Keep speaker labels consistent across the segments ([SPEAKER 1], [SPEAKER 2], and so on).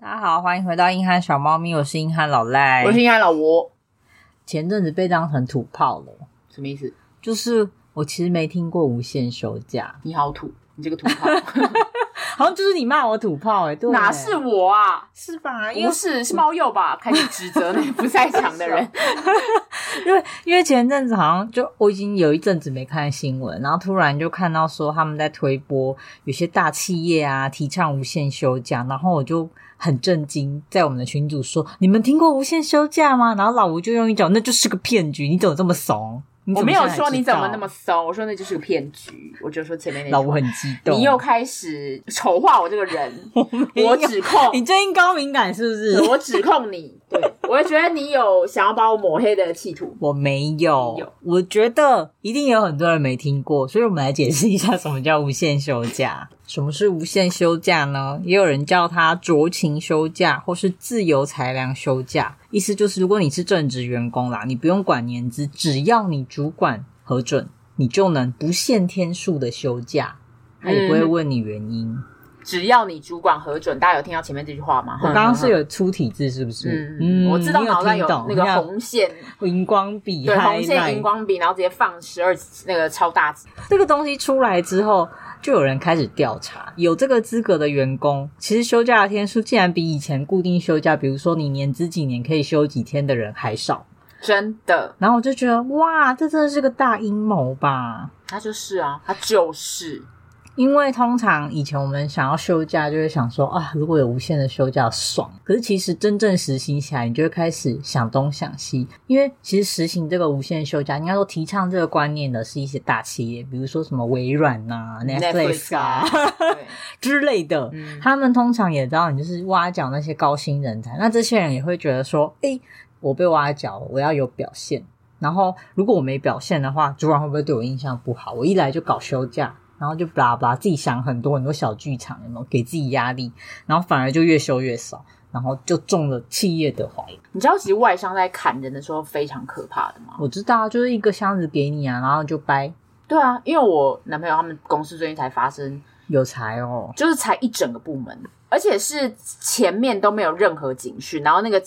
[SPEAKER 1] 好，欢迎回到硬汉小猫咪，我是硬汉老赖。
[SPEAKER 2] 我是应该老吴，
[SPEAKER 1] 前阵子被当成土炮了，
[SPEAKER 2] 什么意思？
[SPEAKER 1] 就是我其实没听过无限休假，
[SPEAKER 2] 你好土，你这个土炮，
[SPEAKER 1] 好像就是你骂我土炮哎、欸，对，
[SPEAKER 2] 哪是我啊？
[SPEAKER 1] 是吧？因为
[SPEAKER 2] 不是，是猫鼬吧？开始指责 那个不在场的人。
[SPEAKER 1] 因为因为前阵子好像就我已经有一阵子没看新闻，然后突然就看到说他们在推播有些大企业啊提倡无限休假，然后我就很震惊，在我们的群组说你们听过无限休假吗？然后老吴就用一种那就是个骗局，你怎么这么怂？啊你
[SPEAKER 2] 我
[SPEAKER 1] 怎
[SPEAKER 2] 没
[SPEAKER 1] 么
[SPEAKER 2] 有
[SPEAKER 1] 现在
[SPEAKER 2] 说
[SPEAKER 1] 才
[SPEAKER 2] 你
[SPEAKER 1] 知道
[SPEAKER 2] 怎么那么怂，我说那就是个骗局。我就说前面那句
[SPEAKER 1] 老
[SPEAKER 2] 话
[SPEAKER 1] 吴很激动，
[SPEAKER 2] 你又开始丑化我这个 人，
[SPEAKER 1] 没有
[SPEAKER 2] 我指控
[SPEAKER 1] 你最近高敏感是不是？
[SPEAKER 2] 我指控你，对我觉得你有想要把我抹黑的企图。
[SPEAKER 1] 我没有，
[SPEAKER 2] 没有
[SPEAKER 1] 我觉得一定有很多人没听过，所以我们来解释一下什么叫无限休假。 什么是无限休假呢？也有人叫它酌情休假或是自由裁量休假，意思就是如果你是正职员工啦，你不用管年资，只要你主管核准，你就能不限天数的休假，他也不会
[SPEAKER 2] 嗯
[SPEAKER 1] 问你原因。
[SPEAKER 2] 只要你主管核准，大家有听到前面这句话吗？
[SPEAKER 1] 我嗯刚刚是有出体字是不是？
[SPEAKER 2] 嗯，我知道
[SPEAKER 1] 你
[SPEAKER 2] 脑袋
[SPEAKER 1] 听
[SPEAKER 2] 有
[SPEAKER 1] 懂
[SPEAKER 2] 那个
[SPEAKER 1] 像
[SPEAKER 2] 红线，
[SPEAKER 1] 荧光笔，
[SPEAKER 2] 对，红线
[SPEAKER 1] highlight
[SPEAKER 2] 荧光笔，然后直接放十二那个超大字。
[SPEAKER 1] 这个东西出来之后，就有人开始调查，有这个资格的员工，其实休假的天数竟然比以前固定休假，比如说你年资几年可以休几天的人还少。
[SPEAKER 2] 真的，
[SPEAKER 1] 然后我就觉得，哇，这真的是个大阴谋吧？
[SPEAKER 2] 他就是啊，他就是
[SPEAKER 1] 因为通常以前我们想要休假，就会想说啊，如果有无限的休假爽。可是其实真正实行起来，你就会开始想东想西。因为其实实行这个无限休假，应该说提倡这个观念的是一些大企业，比如说什么微软呐、Netflix 啊
[SPEAKER 2] 对，
[SPEAKER 1] 之类的。
[SPEAKER 2] 嗯，
[SPEAKER 1] 他们通常也知道你就是挖角那些高薪人才，那这些人也会觉得说，诶、我被挖角，我要有表现。然后如果我没表现的话，主管会不会对我印象不好？我一来就搞休假，然后就巴拉巴拉，自己想很多很多小剧场，有没有给自己压力？然后反而就越休越少，然后就中了企业的怀疑。
[SPEAKER 2] 你知道其实外商在砍人的时候非常可怕的吗？
[SPEAKER 1] 我知道啊，就是一个箱子给你啊，然后就掰，
[SPEAKER 2] 对啊，因为我男朋友他们公司最近才发生，
[SPEAKER 1] 有才哦。
[SPEAKER 2] 就是才一整个部门，而且是前面都没有任何警讯，然后那个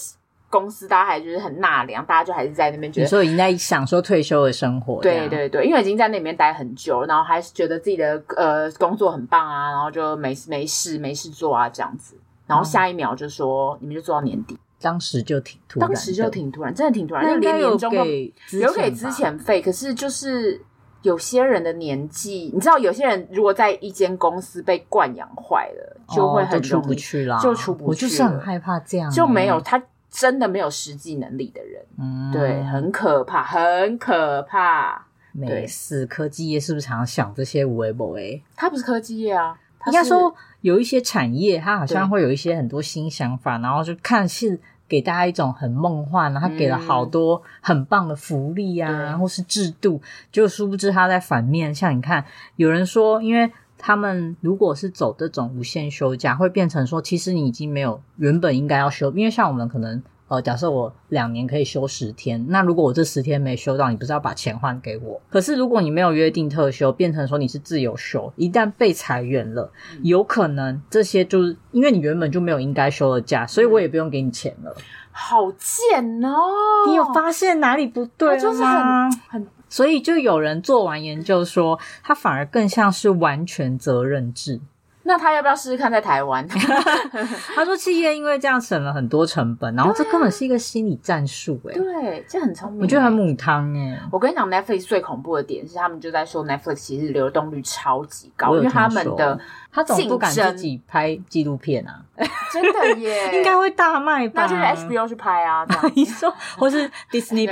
[SPEAKER 2] 公司大家还就是很纳凉，大家就还是在那边觉
[SPEAKER 1] 你
[SPEAKER 2] 得
[SPEAKER 1] 说已经在享受退休的生活，这
[SPEAKER 2] 对
[SPEAKER 1] 样
[SPEAKER 2] 对对，因为已经在那里面待很久，然后还是觉得自己的呃工作很棒啊，然后就没没事没事做啊这样子，然后下一秒就说、你们就做到年底，
[SPEAKER 1] 当时就挺突然的，
[SPEAKER 2] 当时就挺突然，真的挺突然，
[SPEAKER 1] 那
[SPEAKER 2] 就
[SPEAKER 1] 应
[SPEAKER 2] 连
[SPEAKER 1] 该有
[SPEAKER 2] 年终都
[SPEAKER 1] 给之
[SPEAKER 2] 有给
[SPEAKER 1] 吧
[SPEAKER 2] 之前费，可是就是有些人的年纪，你知道有些人如果在一间公司被惯养坏了，就会
[SPEAKER 1] 哦
[SPEAKER 2] 很
[SPEAKER 1] 出
[SPEAKER 2] 容
[SPEAKER 1] 不
[SPEAKER 2] 易、
[SPEAKER 1] 去啦，
[SPEAKER 2] 就出不
[SPEAKER 1] 我就是
[SPEAKER 2] 去
[SPEAKER 1] 很
[SPEAKER 2] 了
[SPEAKER 1] 害怕这样欸，
[SPEAKER 2] 就没有他真的没有实际能力的人，
[SPEAKER 1] 嗯，
[SPEAKER 2] 对，很可怕，很可怕。
[SPEAKER 1] 没
[SPEAKER 2] 对
[SPEAKER 1] 事。科技业是不是常想这些无为不为？
[SPEAKER 2] 他不是科技业啊，他
[SPEAKER 1] 应该
[SPEAKER 2] 是
[SPEAKER 1] 说有一些产业，它好像
[SPEAKER 2] 对
[SPEAKER 1] 会有一些很多新想法，然后就看是。给大家一种很梦幻，然后它给了好
[SPEAKER 2] 嗯
[SPEAKER 1] 多很棒的福利啊，
[SPEAKER 2] 对
[SPEAKER 1] 或是制度，就殊不知它在反面。像你看，有人说，因为他们如果是走这种无限休假，会变成说，其实你已经没有原本应该要休，因为像我们可能呃，假设我两年可以休十天，那如果我这十天没休到，你不是要把钱还给我？可是如果你没有约定特休，变成说你是自由休，一旦被裁员了，
[SPEAKER 2] 嗯
[SPEAKER 1] 有可能这些就是因为你原本就没有应该休的假，所以我也不用给你钱了。
[SPEAKER 2] 好贱哦！
[SPEAKER 1] 你有发现哪里不对
[SPEAKER 2] 他就是
[SPEAKER 1] 了吗
[SPEAKER 2] 很很
[SPEAKER 1] 所以就有人做完研究说，它反而更像是完全责任制。
[SPEAKER 2] 那他要不要试试看在台 湾？
[SPEAKER 1] 他说企业因为这样省了很多成本，然后这根本是一个心理战术哎、
[SPEAKER 2] 对，啊这很聪明。
[SPEAKER 1] 我觉得很。母汤哎、
[SPEAKER 2] 我跟你讲，Netflix 最恐怖的点是，他们就在说 Netflix 其实流动率超级高，
[SPEAKER 1] 我有
[SPEAKER 2] 因为他们
[SPEAKER 1] 听说
[SPEAKER 2] 的
[SPEAKER 1] 他总不敢
[SPEAKER 2] 竞
[SPEAKER 1] 自
[SPEAKER 2] 争
[SPEAKER 1] 己拍纪录片啊，
[SPEAKER 2] 真的耶，
[SPEAKER 1] 应该会大卖吧？
[SPEAKER 2] 那就是 HBO 去拍啊，这 样
[SPEAKER 1] 你说，或是 Disney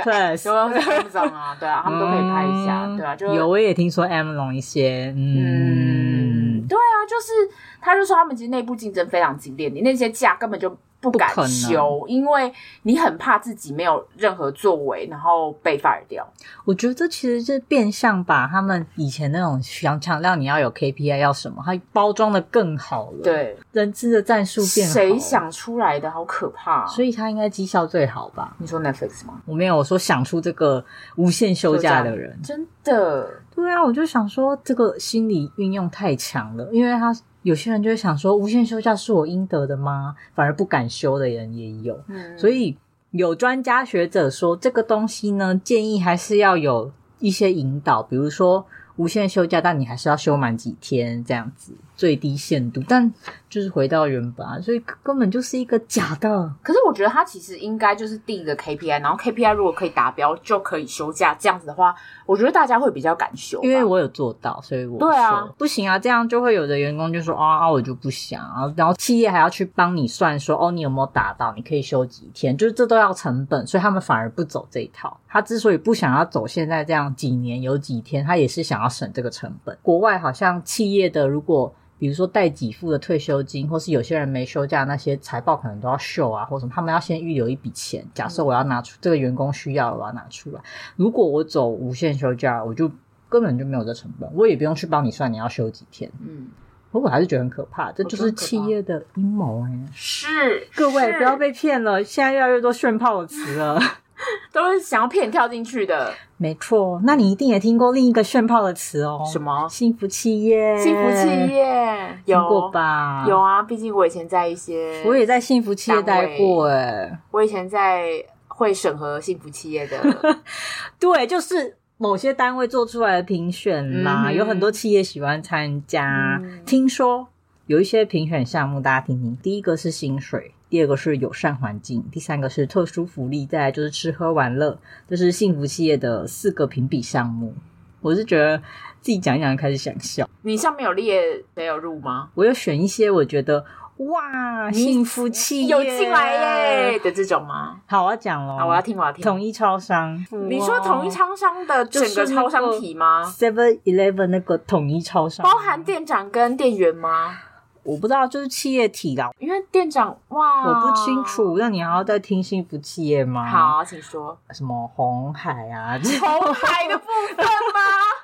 [SPEAKER 2] 对
[SPEAKER 1] Plus，
[SPEAKER 2] 都是 Amazon 啊，对啊，他们都可以拍一下，
[SPEAKER 1] 嗯
[SPEAKER 2] 对啊，就
[SPEAKER 1] 有我也听说 Amazon 一些，嗯
[SPEAKER 2] 嗯，，对啊，就是他就说他们其实内部竞争非常激烈，你那些假根本就不敢
[SPEAKER 1] 不可能
[SPEAKER 2] 休，因为你很怕自己没有任何作为，然后被 fire 掉。
[SPEAKER 1] 我觉得这其实是变相把他们以前那种想强调你要有 KPI 要什么，它包装的更好了，，
[SPEAKER 2] 对，
[SPEAKER 1] 人资的战术变好，
[SPEAKER 2] 谁？想出来的好可怕、啊
[SPEAKER 1] 所以他应该绩效最好吧？
[SPEAKER 2] 你说 Netflix 吗？
[SPEAKER 1] 我没有说想出这个无限休假的人，
[SPEAKER 2] 真的，
[SPEAKER 1] 对啊，我就想说这个心理运用太强了，因为他有些人就会想说，无限休假是我应得的吗？反而不敢休的人也有。
[SPEAKER 2] 嗯
[SPEAKER 1] 所以有专家学者说，这个东西呢，建议还是要有一些引导，比如说无限休假，但你还是要休满几天这样子，最低限度。但就是回到原本啊，所以根本就是一个假的。
[SPEAKER 2] 可是我觉得他其实应该就是定一个 KPI，然后 KPI 如果可以达标，就可以休假。这样子的话，我觉得大家会比较敢休吧。
[SPEAKER 1] 因为我有做到，所以我
[SPEAKER 2] 对啊
[SPEAKER 1] 说不行啊，这样就会有的员工就说啊啊，我就不想啊，然后企业还要去帮你算说哦，你有没有达到，你可以休几天，就是这都要成本，所以他们反而不走这一套。他之所以不想要走现在这样几年有几天，他也是想要省这个成本。国外好像企业的如果比如说带给付的退休金，或是有些人没休假，那些财报可能都要秀啊，或什么，他们要先预留一笔钱。假设我要拿出这个员工需要，我要拿出来。如果我走无限休假，我就根本就没有这成本，我也不用去帮你算你要休几天。
[SPEAKER 2] 嗯，
[SPEAKER 1] 不过我还是觉得很可怕，这就
[SPEAKER 2] 我
[SPEAKER 1] 是
[SPEAKER 2] 哦觉得很可怕
[SPEAKER 1] 企业的阴谋哎！
[SPEAKER 2] 是
[SPEAKER 1] 各位
[SPEAKER 2] 是
[SPEAKER 1] 不要被骗了，现在越来越多炫炮的词了。
[SPEAKER 2] 都是想要骗你跳进去的。
[SPEAKER 1] 没错，那你一定也听过另一个炫炮的词哦，
[SPEAKER 2] 什么
[SPEAKER 1] 幸福企业？
[SPEAKER 2] 幸福企业
[SPEAKER 1] 听过
[SPEAKER 2] 有
[SPEAKER 1] 嗯吧？
[SPEAKER 2] 有，啊，毕竟我以前在一些，
[SPEAKER 1] 我也在幸福企业
[SPEAKER 2] 单
[SPEAKER 1] 待
[SPEAKER 2] 位
[SPEAKER 1] 过哎、
[SPEAKER 2] 我以前在会审核幸福企业的
[SPEAKER 1] 对，就是某些单位做出来的评选
[SPEAKER 2] 嗯
[SPEAKER 1] 啦，
[SPEAKER 2] 哼
[SPEAKER 1] 有很多企业喜欢参加。
[SPEAKER 2] 嗯
[SPEAKER 1] 听说有一些评选项目，大家听听。第一个是薪水，第二个是友善环境，第三个是特殊福利，再来就是吃喝玩乐，这是幸福企业的四个评比项目。我是觉得自己讲一讲就开始想笑，
[SPEAKER 2] 你上面有列没有入吗？
[SPEAKER 1] 我有选一些我觉得哇，幸福企业啊
[SPEAKER 2] 有进来耶！的这种吗？
[SPEAKER 1] 好，我要讲喽。
[SPEAKER 2] 啊，我要听，我要听。
[SPEAKER 1] 统一超商，
[SPEAKER 2] 你说统一超商的整个超商体吗？
[SPEAKER 1] Seven Eleven 那个统一超商
[SPEAKER 2] 包含店长跟店员吗？
[SPEAKER 1] 我不知道，就是企业体啦，
[SPEAKER 2] 因为店长哇，
[SPEAKER 1] 我不清。楚。那你还要再听幸福企业吗？，
[SPEAKER 2] 哦好，请说
[SPEAKER 1] 什么红海啊？这
[SPEAKER 2] 红海的部分吗？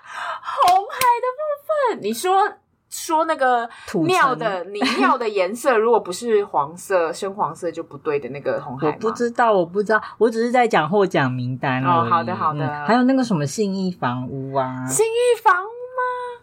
[SPEAKER 2] 红海的部分，你说说那个
[SPEAKER 1] 土城
[SPEAKER 2] 尿的，你尿的颜色如果不是黄色、深黄色就不对的那个红海
[SPEAKER 1] 我
[SPEAKER 2] 吗
[SPEAKER 1] 不知道，我不知道，我只是在讲获奖名单
[SPEAKER 2] 哦
[SPEAKER 1] 而已嗯
[SPEAKER 2] 好的好的
[SPEAKER 1] 还有那个什么信义房屋啊，
[SPEAKER 2] 信义房屋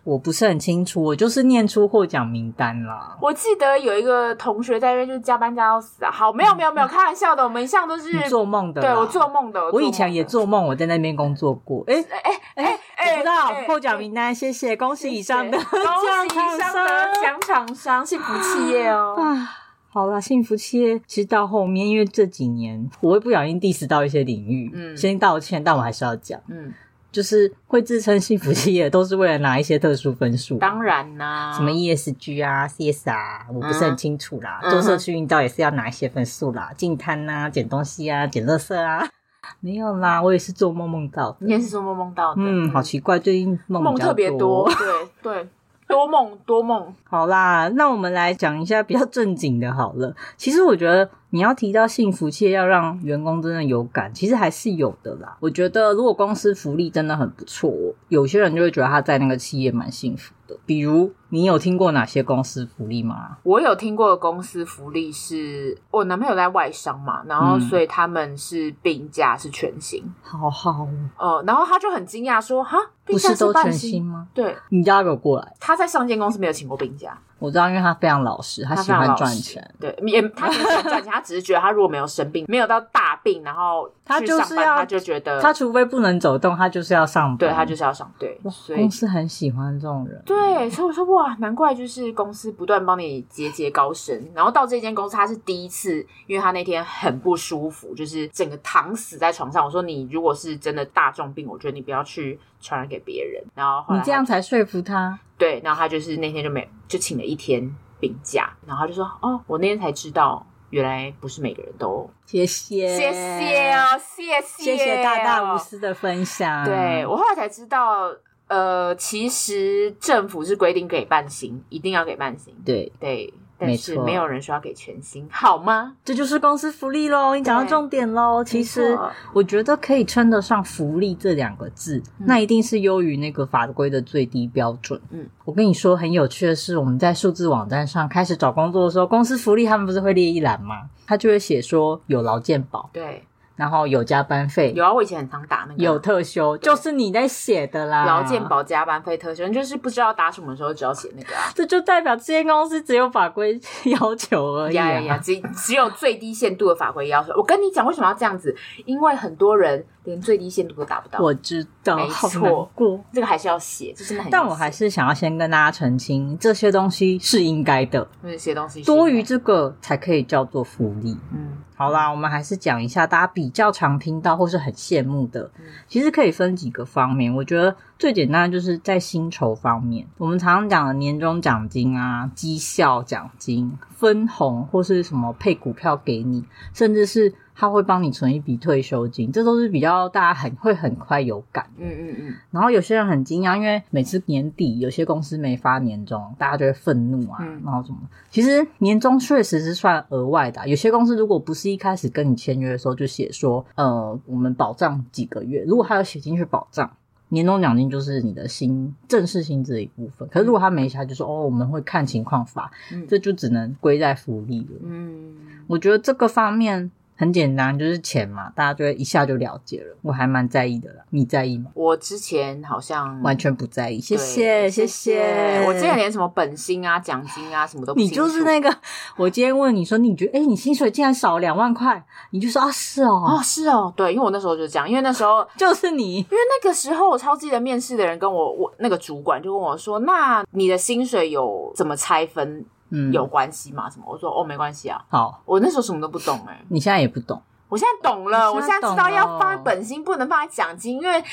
[SPEAKER 1] 我不是很清楚，我就是念出获奖名单啦。
[SPEAKER 2] 我记得有一个同学在那边就是加班加到死啊。好，没有没有没有，开玩笑的，我们一向都是
[SPEAKER 1] 嗯你做梦的啦，
[SPEAKER 2] 对我做梦的，
[SPEAKER 1] 我以前也
[SPEAKER 2] 做
[SPEAKER 1] 做梦，我在那边工作过。哎
[SPEAKER 2] 梦的。哎哎
[SPEAKER 1] 哎，
[SPEAKER 2] 哎
[SPEAKER 1] 我不知道
[SPEAKER 2] 哎
[SPEAKER 1] 获奖名单，谢谢，恭喜以上的
[SPEAKER 2] 谢谢恭喜以
[SPEAKER 1] 奖
[SPEAKER 2] 上的奖厂商，幸福企业哦。
[SPEAKER 1] 啊，好啦，幸福企业其实到后面，因为这几年我会不小心 diss 到一些领域，
[SPEAKER 2] 嗯
[SPEAKER 1] 先道歉，但我还是要讲，
[SPEAKER 2] 嗯，
[SPEAKER 1] 就是会自称幸福企业，都是为了拿一些特殊分数，
[SPEAKER 2] 当然啦，
[SPEAKER 1] 什么 ESG 啊、CS 啊，我不是很清楚啦。
[SPEAKER 2] 嗯
[SPEAKER 1] 做社区运动也是要拿一些分数啦，进摊啊、捡东西啊、捡垃圾啊， 没有啦，我也是做梦梦到的，
[SPEAKER 2] 你也是做梦梦到的，
[SPEAKER 1] 嗯，好奇怪，最近梦
[SPEAKER 2] 梦
[SPEAKER 1] 比较
[SPEAKER 2] 特别多，对对，多梦多梦，
[SPEAKER 1] 好啦，那我们来讲一下比较正经的好了。其实我觉得你要提到幸福企业，要让员工真的有感，其实还是有的啦。我觉得如果公司福利真的很不错，有些人就会觉得他在那个企业蛮幸福的。比如，你有听过哪些公司福利吗？
[SPEAKER 2] 我有听过的公司福利是我男朋友在外商嘛，然后
[SPEAKER 1] 嗯
[SPEAKER 2] 所以他们是病假是全薪，
[SPEAKER 1] 好好哦，
[SPEAKER 2] 呃，然后他就很惊讶说：“哈，病
[SPEAKER 1] 不
[SPEAKER 2] 假
[SPEAKER 1] 是都
[SPEAKER 2] 半
[SPEAKER 1] 全
[SPEAKER 2] 薪
[SPEAKER 1] 薪？”吗？
[SPEAKER 2] 对，
[SPEAKER 1] 你家有过来，
[SPEAKER 2] 他在上一间公司没有请过病假，
[SPEAKER 1] 我知道，因为他非常老实，他
[SPEAKER 2] 他
[SPEAKER 1] 喜
[SPEAKER 2] 非常
[SPEAKER 1] 欢
[SPEAKER 2] 老
[SPEAKER 1] 赚
[SPEAKER 2] 实
[SPEAKER 1] 钱，。
[SPEAKER 2] 对，也他没有想赚钱，他只是觉得他如果没有生病，没有到大病，然后
[SPEAKER 1] 他
[SPEAKER 2] 去
[SPEAKER 1] 就
[SPEAKER 2] 上
[SPEAKER 1] 是
[SPEAKER 2] 班
[SPEAKER 1] 要
[SPEAKER 2] 他就觉得
[SPEAKER 1] 他除非不能走动，他就是要上班。
[SPEAKER 2] 对他就是要上对，
[SPEAKER 1] 哇
[SPEAKER 2] 所以
[SPEAKER 1] 公司很喜欢这种人。
[SPEAKER 2] 对，所以我说哇，难怪就是公司不断帮你节节高升。然后到这间公司，他是第一次，因为他那天很不舒服，就是整个躺死在床上。我说你如果是真的大重病，我觉得你不要去传染给别人。然后后来
[SPEAKER 1] 你
[SPEAKER 2] 他
[SPEAKER 1] 这样才说服他。
[SPEAKER 2] 对，然后他就是那天就没就请了一天病假，然后他就说哦，我那天才知道。原来不是每个人都
[SPEAKER 1] 谢谢，
[SPEAKER 2] 谢谢哦，谢谢
[SPEAKER 1] 谢谢大大
[SPEAKER 2] 哦
[SPEAKER 1] 无私嗯的分享。
[SPEAKER 2] 对我后来才知道，呃，其实政府是规定给半薪，一定要给半薪。
[SPEAKER 1] 对，
[SPEAKER 2] 对，
[SPEAKER 1] 没
[SPEAKER 2] 但是
[SPEAKER 1] 错
[SPEAKER 2] 没有人说要给全薪，好吗？
[SPEAKER 1] 这就是公司福利喽。你讲到
[SPEAKER 2] 对
[SPEAKER 1] 重点喽。其
[SPEAKER 2] 没
[SPEAKER 1] 实
[SPEAKER 2] 错
[SPEAKER 1] 我觉得可以称得上福利这两个字，那一定是优于那个法规的最低标准。
[SPEAKER 2] 嗯，
[SPEAKER 1] 我跟你说，很有趣的是，我们在数字网站上开始找工作的时候，公司福利他们不是会列一栏吗？他就会写说有劳健保。
[SPEAKER 2] 对，
[SPEAKER 1] 然后有加班费，
[SPEAKER 2] 有啊，我以前很常打那个
[SPEAKER 1] 有啊特休，就是你在写的啦。
[SPEAKER 2] 劳健保加班费特休，你就是不知道打什么时候，只要写那个啊。
[SPEAKER 1] 这就代表这间公司只有法规 要求而已、啊。
[SPEAKER 2] 呀呀呀！只只有最低限度的法规要求。我跟你讲，为什么要这样子？因为很多人连最低限度都达不到。
[SPEAKER 1] 我知道，
[SPEAKER 2] 没
[SPEAKER 1] 好难
[SPEAKER 2] 错
[SPEAKER 1] 过。
[SPEAKER 2] 这个还是要写，这真的很要写。
[SPEAKER 1] 但我还是想要先跟大家澄清，这些东西是应该的，
[SPEAKER 2] 那些嗯东西是
[SPEAKER 1] 多余，这个才可以叫做福利。
[SPEAKER 2] 嗯，
[SPEAKER 1] 好啦，我们还是讲一下大家比较常听到或是很羡慕的
[SPEAKER 2] 嗯。
[SPEAKER 1] 其实可以分几个方面，我觉得最简单的就是在薪酬方面，我们常常讲的年终奖金啊、绩效奖金、分红或是什么配股票给你，甚至是他会帮你存一笔退休金，这都是比较大家很会很快有感。
[SPEAKER 2] 嗯嗯嗯，
[SPEAKER 1] 然后有些人很惊讶，因为每次年底有些公司没发年终，大家就会愤怒啊，
[SPEAKER 2] 嗯
[SPEAKER 1] 然后怎么？其实年终确实是算额外的啊、有些公司如果不是一开始跟你签约的时候就写说，呃，我们保障几个月，如果他有写进去保障。年终奖金就是你的薪正式薪资的一部分，可是如果他没写，他就说哦，我们会看情况发，
[SPEAKER 2] 嗯
[SPEAKER 1] 这就只能归在福利了。
[SPEAKER 2] 嗯，
[SPEAKER 1] 我觉得这个方面很简单，就是钱嘛，大家就会一下就了解了。我还蛮在意的啦，你在意吗？
[SPEAKER 2] 我之前好像
[SPEAKER 1] 完全不在意。谢
[SPEAKER 2] 嗯对
[SPEAKER 1] 谢，
[SPEAKER 2] 谢
[SPEAKER 1] 谢。
[SPEAKER 2] 我之前连什么本薪啊、奖金啊什么都不
[SPEAKER 1] 你
[SPEAKER 2] 清楚
[SPEAKER 1] 就是那个，我今天问你说，你觉得哎、你薪水竟然少两万块，你就说啊，是哦，
[SPEAKER 2] 哦，是哦，对，因为我那时候就这样，因为那时候
[SPEAKER 1] 就是你，
[SPEAKER 2] 因为那个时候我超记得面试的人跟我我那个主管就问我说：“那你的薪水有怎么拆分
[SPEAKER 1] 嗯，
[SPEAKER 2] 有关系吗？”什么？我说：“哦，没关系啊。
[SPEAKER 1] 好”，
[SPEAKER 2] 我那时候什么都不懂哎、
[SPEAKER 1] 你现在也不懂，
[SPEAKER 2] 我现在懂了，
[SPEAKER 1] 你
[SPEAKER 2] 我
[SPEAKER 1] 现
[SPEAKER 2] 现
[SPEAKER 1] 在
[SPEAKER 2] 在知道要
[SPEAKER 1] 懂了
[SPEAKER 2] 放在本薪，不能放在奖金，因为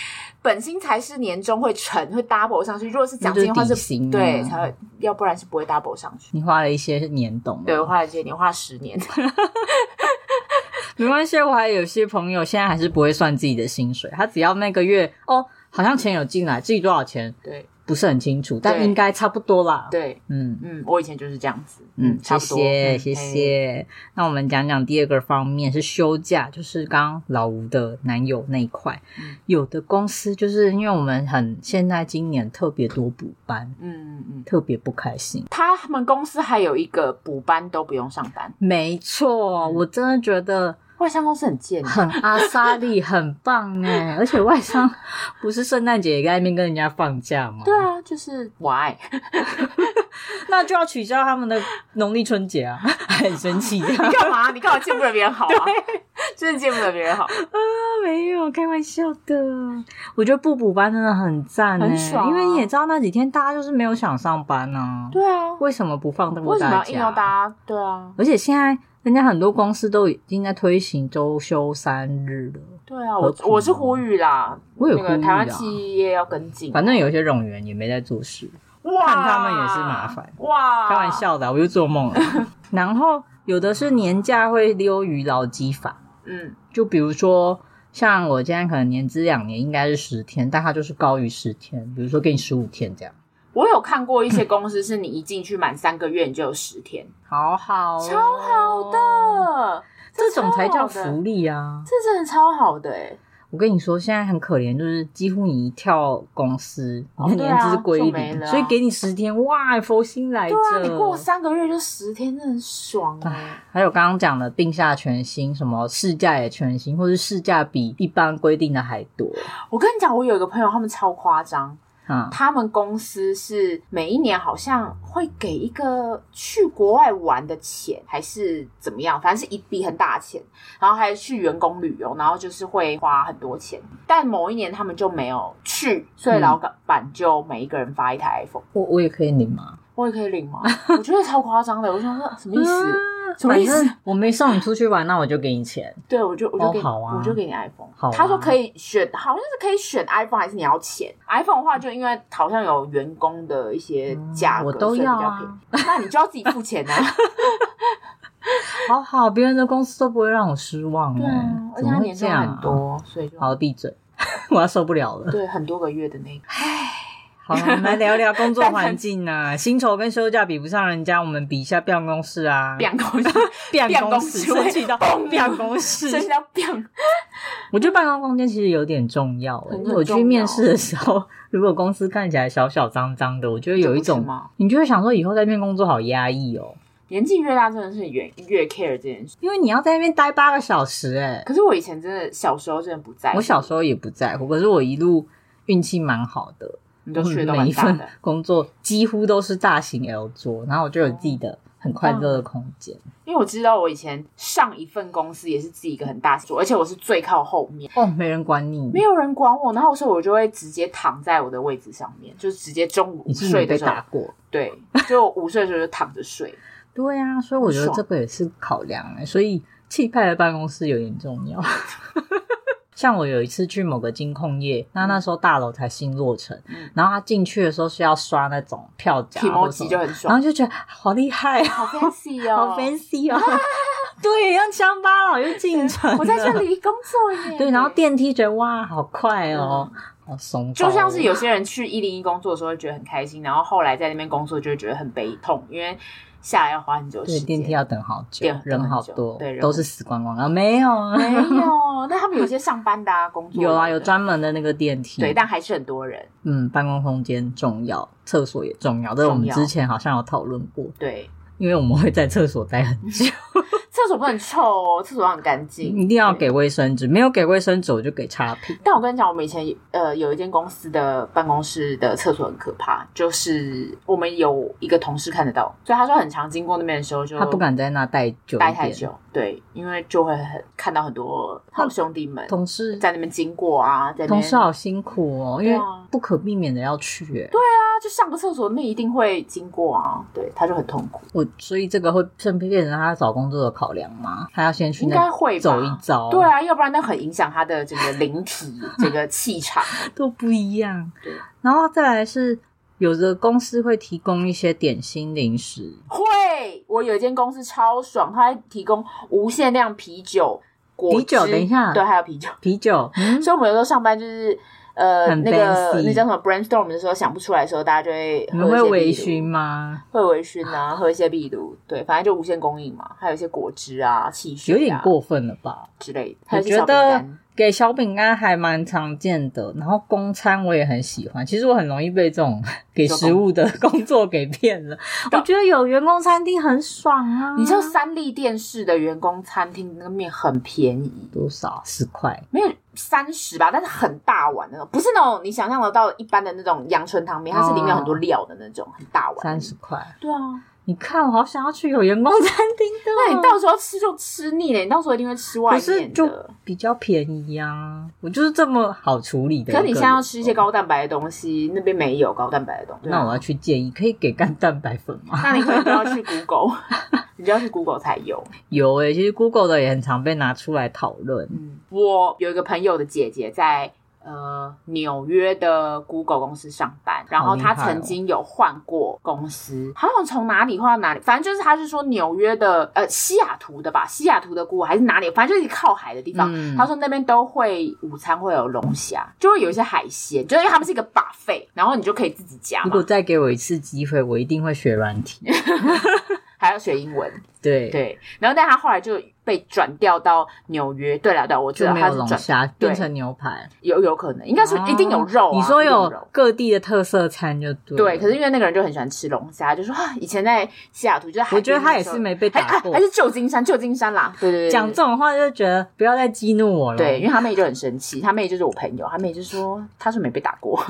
[SPEAKER 2] 本薪才是年终会乘会 double 上去，如果是奖金的话
[SPEAKER 1] 那就是是底薪啊
[SPEAKER 2] 对才会，要不然是不会 double 上去。
[SPEAKER 1] 你花了一些年懂，
[SPEAKER 2] 对，我，花了这些年，花了十年，
[SPEAKER 1] 没关系。我还有些朋友现在还是不会算自己的薪水，他只要那个月哦，好像钱有进来，至于多少钱
[SPEAKER 2] 对
[SPEAKER 1] 不是很清楚，但
[SPEAKER 2] 对
[SPEAKER 1] 应该差不多啦。，
[SPEAKER 2] 对。
[SPEAKER 1] 嗯。
[SPEAKER 2] 嗯，我以前就是这样子。
[SPEAKER 1] 嗯，
[SPEAKER 2] 差
[SPEAKER 1] 谢
[SPEAKER 2] 不多。
[SPEAKER 1] 谢
[SPEAKER 2] 嗯
[SPEAKER 1] 谢。
[SPEAKER 2] 哎
[SPEAKER 1] 谢。那我们讲讲第二个方面是休假，就是刚刚老吴的男友那一块，
[SPEAKER 2] 嗯
[SPEAKER 1] 有的公司就是因为我们很现在今年特别多补班，
[SPEAKER 2] 嗯嗯嗯，
[SPEAKER 1] 特别不开心。
[SPEAKER 2] 他们公司还有一个补班都不用上班，
[SPEAKER 1] 没错，
[SPEAKER 2] 嗯
[SPEAKER 1] 我真的觉得
[SPEAKER 2] 外商公司很 贱。
[SPEAKER 1] 很阿莎莉很棒哎，而且外商不是圣诞节也在那边跟人家放假吗？
[SPEAKER 2] 对，啊，就是 why？
[SPEAKER 1] 那就要取消他们的农历春节啊， 很生气这 样。
[SPEAKER 2] 干嘛？你干嘛见不得别人好啊？真的见不得别人 好，
[SPEAKER 1] 没有开玩笑的，我觉得不补班真的很赞、欸，
[SPEAKER 2] 很爽啊
[SPEAKER 1] 因为你也知道那几天大家就是没有想上班啊，
[SPEAKER 2] 对啊，
[SPEAKER 1] 为什么不放过
[SPEAKER 2] 为什么
[SPEAKER 1] 大
[SPEAKER 2] 要硬要
[SPEAKER 1] 家？
[SPEAKER 2] 搭？对啊，
[SPEAKER 1] 而且现在人家很多公司都已经在推行周休三日了，
[SPEAKER 2] 对啊，
[SPEAKER 1] 何
[SPEAKER 2] 我
[SPEAKER 1] 苦
[SPEAKER 2] 我是
[SPEAKER 1] 呢
[SPEAKER 2] 呼吁啦，
[SPEAKER 1] 我有
[SPEAKER 2] 那
[SPEAKER 1] 呼吁
[SPEAKER 2] 个台湾
[SPEAKER 1] 啊。
[SPEAKER 2] 企业要跟进，
[SPEAKER 1] 反正有一些冗员也没在做事，
[SPEAKER 2] 哇，
[SPEAKER 1] 看他们也是麻烦
[SPEAKER 2] 哇，
[SPEAKER 1] 开玩，笑的啊，我就做梦了。 然后有的是年假会溜于劳基法，
[SPEAKER 2] 嗯
[SPEAKER 1] 就比如说，像我现在可能年资两年应该是十天，但它就是高于十天，比如说给你十五天这样，
[SPEAKER 2] 我有看过一些公司，是你一进去满三个月，你就有十 天，
[SPEAKER 1] 好好、哦
[SPEAKER 2] 超好，的，
[SPEAKER 1] 这种才叫
[SPEAKER 2] 超好的
[SPEAKER 1] 福利啊！
[SPEAKER 2] 这真的超好的哎、
[SPEAKER 1] 我跟你说，现在很可怜，就是几乎你一跳公司，
[SPEAKER 2] 哦
[SPEAKER 1] 你的年资归
[SPEAKER 2] 对啊就没
[SPEAKER 1] 零，
[SPEAKER 2] 了啊
[SPEAKER 1] 所以给你十天，哇，佛心来着。
[SPEAKER 2] 对啊，你过三个月就十天，真的很爽哎、
[SPEAKER 1] 还有刚刚讲的病假全薪，什么事假也全薪，或是事假比一般规定的还多
[SPEAKER 2] 我跟你讲，我有一个朋友，他们超夸张，
[SPEAKER 1] 啊、
[SPEAKER 2] 他们公司是每一年好像会给一个去国外玩的钱，还是怎么样，反正是一笔很大的钱，然后还去员工旅游，然后就是会花很多钱。但某一年他们就没有去，所以
[SPEAKER 1] 嗯
[SPEAKER 2] 老板就每一个人发一台 iPhone。
[SPEAKER 1] 我我也可以领吗？
[SPEAKER 2] 我也可以领吗？我觉得超夸张的，我想说什么意思？
[SPEAKER 1] 啊
[SPEAKER 2] 什么意思
[SPEAKER 1] 反正我没送你出去玩，那我就给你钱。
[SPEAKER 2] 对，我就我就给你、
[SPEAKER 1] 哦好啊
[SPEAKER 2] 我就给你 iPhone。
[SPEAKER 1] 好啊
[SPEAKER 2] 他说可以选，好像是可以选 iPhone 还是你要钱？iPhone 的话，就因为好像有员工的一些价格，
[SPEAKER 1] 嗯我都要啊
[SPEAKER 2] 所以比较便宜。那你就要自己付 钱啊。
[SPEAKER 1] 好好，别人的公司都不会让我失望
[SPEAKER 2] 对
[SPEAKER 1] 哎
[SPEAKER 2] 啊，，而且
[SPEAKER 1] 怎么
[SPEAKER 2] 他
[SPEAKER 1] 会
[SPEAKER 2] 年
[SPEAKER 1] 这
[SPEAKER 2] 终
[SPEAKER 1] 样、
[SPEAKER 2] 很多，所以就
[SPEAKER 1] 好，闭嘴， 我要受不了了。
[SPEAKER 2] 对很多个月的那个。
[SPEAKER 1] 嗯好，我们来聊聊 工作环境啊，薪酬跟休假比不上人家，我们比一下办公室啊，
[SPEAKER 2] 变公司，
[SPEAKER 1] 办
[SPEAKER 2] 办公
[SPEAKER 1] 公室
[SPEAKER 2] 室
[SPEAKER 1] 生气到
[SPEAKER 2] 砰
[SPEAKER 1] 办公室
[SPEAKER 2] 这。是要变
[SPEAKER 1] 我觉得办公空间其实有点重要、欸。
[SPEAKER 2] 很重要
[SPEAKER 1] 我去面试的时候，如果公司看起来小小脏脏的，我觉得有一
[SPEAKER 2] 这不
[SPEAKER 1] 种
[SPEAKER 2] 是吗，
[SPEAKER 1] 你就会想说以后在那边工作好压抑哦、
[SPEAKER 2] 年纪越大，真的是越越 care 这件事。
[SPEAKER 1] 因为你要在那边待八个小时、欸，
[SPEAKER 2] 可是我以前真的小时候真的不在
[SPEAKER 1] 哎，
[SPEAKER 2] 乎，
[SPEAKER 1] 我小时候也不在乎，可是我一路运气蛮好的，
[SPEAKER 2] 你
[SPEAKER 1] 我
[SPEAKER 2] 都学的
[SPEAKER 1] 每
[SPEAKER 2] 蛮
[SPEAKER 1] 一
[SPEAKER 2] 大
[SPEAKER 1] 份
[SPEAKER 2] 的，
[SPEAKER 1] 工作几乎都是大型 L 桌，然后我就有自己的很快
[SPEAKER 2] 嗯
[SPEAKER 1] 乐的空间。
[SPEAKER 2] 因为我知道我以前上一份公司也是自己一个很大的组，而且我是最靠后面，
[SPEAKER 1] 哦，没人管你，
[SPEAKER 2] 没有人管我，然后所以我就会直接躺在我的位置上面，就是直接中午
[SPEAKER 1] 你是不
[SPEAKER 2] 睡
[SPEAKER 1] 是
[SPEAKER 2] 的
[SPEAKER 1] 被
[SPEAKER 2] 时候
[SPEAKER 1] 打，过？
[SPEAKER 2] 对，就我午睡的时候就躺着 睡。
[SPEAKER 1] 对啊，所以我觉得
[SPEAKER 2] 很爽
[SPEAKER 1] 这个也是考量、欸，所以气派的办公室有点重要。 像我有一次去某个金控业，那那时候大楼才新落成，
[SPEAKER 2] 嗯
[SPEAKER 1] 然后他进去的时候是要刷那种票价
[SPEAKER 2] e
[SPEAKER 1] 或
[SPEAKER 2] m
[SPEAKER 1] 什
[SPEAKER 2] o
[SPEAKER 1] 么
[SPEAKER 2] 就
[SPEAKER 1] 的，
[SPEAKER 2] 很
[SPEAKER 1] 然
[SPEAKER 2] 爽，
[SPEAKER 1] 后就觉得好厉害、啊，
[SPEAKER 2] 好 fancy 哦，
[SPEAKER 1] 好 fancy 哦，对，让乡巴佬又进城了，
[SPEAKER 2] 我在这里工作耶。
[SPEAKER 1] 对，然后电梯觉得哇，好快哦，好松，哦
[SPEAKER 2] 就像是有些人去一零一工作的时候会觉得很开心，然后后来在那边工作就会觉得很悲痛，因为下来要花很久的时
[SPEAKER 1] 对
[SPEAKER 2] 间。
[SPEAKER 1] 电梯要等好久
[SPEAKER 2] 电，
[SPEAKER 1] 人好
[SPEAKER 2] 等很久
[SPEAKER 1] 多
[SPEAKER 2] 对，人
[SPEAKER 1] 都
[SPEAKER 2] 很
[SPEAKER 1] 是死光光啊，没有啊，
[SPEAKER 2] 没有，那他们有些上班的、啊、工作
[SPEAKER 1] 有啊，
[SPEAKER 2] 的
[SPEAKER 1] 有专门的那个电梯，
[SPEAKER 2] 对，但还是很多人
[SPEAKER 1] 嗯，办公空间重要，厕所也重要，这我们之前好像有讨论过，
[SPEAKER 2] 对。
[SPEAKER 1] 因为我们会在厕所待很
[SPEAKER 2] 嗯
[SPEAKER 1] 久，
[SPEAKER 2] 厕所不能臭哦，厕所要很干净，
[SPEAKER 1] 一定要
[SPEAKER 2] 对
[SPEAKER 1] 给卫生纸，没有给卫生纸我就给差评。
[SPEAKER 2] 但我跟你讲，我们以前呃有一间公司的办公室的厕所很可怕，就是我们有一个同事看得到，所以他说很常经过那边的时候就
[SPEAKER 1] 他不敢在那待久
[SPEAKER 2] 待
[SPEAKER 1] 一
[SPEAKER 2] 太
[SPEAKER 1] 点，
[SPEAKER 2] 久，对，因为就会很看到很多好兄弟们
[SPEAKER 1] 同事
[SPEAKER 2] 在那边经过啊，在那边
[SPEAKER 1] 同事好辛苦哦，因
[SPEAKER 2] 对啊
[SPEAKER 1] 为不可避免的要去、欸，
[SPEAKER 2] 啊，就上个厕所那一定会经过啊，对，他就很痛苦，
[SPEAKER 1] 我所以这个会顺便变成他找工作的考量吗？他要先去
[SPEAKER 2] 应该
[SPEAKER 1] 那
[SPEAKER 2] 会吧
[SPEAKER 1] 走一遭，
[SPEAKER 2] 对，啊，要不然那很影响他的整个灵 体、整个气场。
[SPEAKER 1] 都不一样。
[SPEAKER 2] 对，
[SPEAKER 1] 然后再来是有的公司会提供一些点心零食，
[SPEAKER 2] 会，我有一间公司超爽，它还提供无限量啤酒、果汁
[SPEAKER 1] 啤酒等一下
[SPEAKER 2] 对，还有啤酒。
[SPEAKER 1] 啤酒，嗯，
[SPEAKER 2] 所以我们有时候上班就是呃，
[SPEAKER 1] 很
[SPEAKER 2] 那个
[SPEAKER 1] fancy
[SPEAKER 2] 那叫什么 brainstorm 的时候想不出来的时候，大家就会
[SPEAKER 1] 你
[SPEAKER 2] 喝
[SPEAKER 1] 们
[SPEAKER 2] 一
[SPEAKER 1] 会
[SPEAKER 2] 些
[SPEAKER 1] 微
[SPEAKER 2] 啤酒
[SPEAKER 1] 醺吗？
[SPEAKER 2] 会微醺啊，喝一些壁炉，对，反正就无限供应嘛，还有一些果汁啊、汽水、啊、
[SPEAKER 1] 有点过分了吧？
[SPEAKER 2] 之类的，还
[SPEAKER 1] 我
[SPEAKER 2] 有一些小
[SPEAKER 1] 觉
[SPEAKER 2] 饼
[SPEAKER 1] 得
[SPEAKER 2] 干。
[SPEAKER 1] 给小饼干还蛮常见的，然后公餐我也很喜欢。其实我很容易被这 种给食物的工作给骗了。 我觉得有员工餐厅很爽啊，
[SPEAKER 2] 你知道三立电视的员工餐厅那个面很便宜，
[SPEAKER 1] 多少？十块。
[SPEAKER 2] 没有三十吧，但是很大碗那种，不是那种你想象得到一般的那种阳春汤面，它是里面有很多料的那种，很大碗。
[SPEAKER 1] 三十。块，
[SPEAKER 2] 对啊，
[SPEAKER 1] 你看我好想要去有员工餐厅的哦，
[SPEAKER 2] 那你到时候吃就吃腻了，你到时候一定会吃外
[SPEAKER 1] 可是
[SPEAKER 2] 面
[SPEAKER 1] 就
[SPEAKER 2] 的。
[SPEAKER 1] 比较便宜啊。我就是这么好处理的。
[SPEAKER 2] 可是你现在要吃一些，高蛋白的东西，那边没有高蛋白的东西。啊
[SPEAKER 1] 那我要去建议，可以给干蛋白粉吗？
[SPEAKER 2] 那你可能就要去 Google，你就要去 Google 才有。
[SPEAKER 1] 有诶、其实 Google 的也很常被拿出来讨论。
[SPEAKER 2] 嗯，我有一个朋友的姐姐在呃纽约的 Google 公司上班，然后她
[SPEAKER 1] 好厉害哦
[SPEAKER 2] 曾经有换过公司，好像从哪里换到哪里，反正就是她是说纽约的呃西雅图的吧，西雅图的 Google 还是哪里，反正就是靠海的地方。
[SPEAKER 1] 嗯
[SPEAKER 2] 她说那边都会午餐会有龙虾，就会有一些海鲜，就是因为他们是一个 buffet，然后你就可以自己夹
[SPEAKER 1] 如果
[SPEAKER 2] 嘛，
[SPEAKER 1] 再给我一次机会，我一定会学软体。
[SPEAKER 2] 还要学英文。
[SPEAKER 1] 对，
[SPEAKER 2] 对，然后但他后来就被转调到纽约。对了，对啦，我知
[SPEAKER 1] 就
[SPEAKER 2] 道
[SPEAKER 1] 没
[SPEAKER 2] 他
[SPEAKER 1] 有
[SPEAKER 2] 是
[SPEAKER 1] 龙
[SPEAKER 2] 转
[SPEAKER 1] 虾，变
[SPEAKER 2] 对
[SPEAKER 1] 成牛排，
[SPEAKER 2] 有有可能，应该是一定有肉、啊
[SPEAKER 1] 哦你说
[SPEAKER 2] 一定
[SPEAKER 1] 有
[SPEAKER 2] 肉
[SPEAKER 1] 各地的特色餐就对。
[SPEAKER 2] 对，可是因为那个人就很喜欢吃龙虾，就说啊，以前在西雅图就是海边的时候，
[SPEAKER 1] 我觉得他也是没被
[SPEAKER 2] 还
[SPEAKER 1] 打
[SPEAKER 2] 啊
[SPEAKER 1] 过
[SPEAKER 2] 还。是 旧金山，旧金山啦，对对对，
[SPEAKER 1] 讲这种话就觉得不要再激怒我了。
[SPEAKER 2] 对，因为他妹就很生气，他妹就是我朋友，他妹就说他说没被打 过，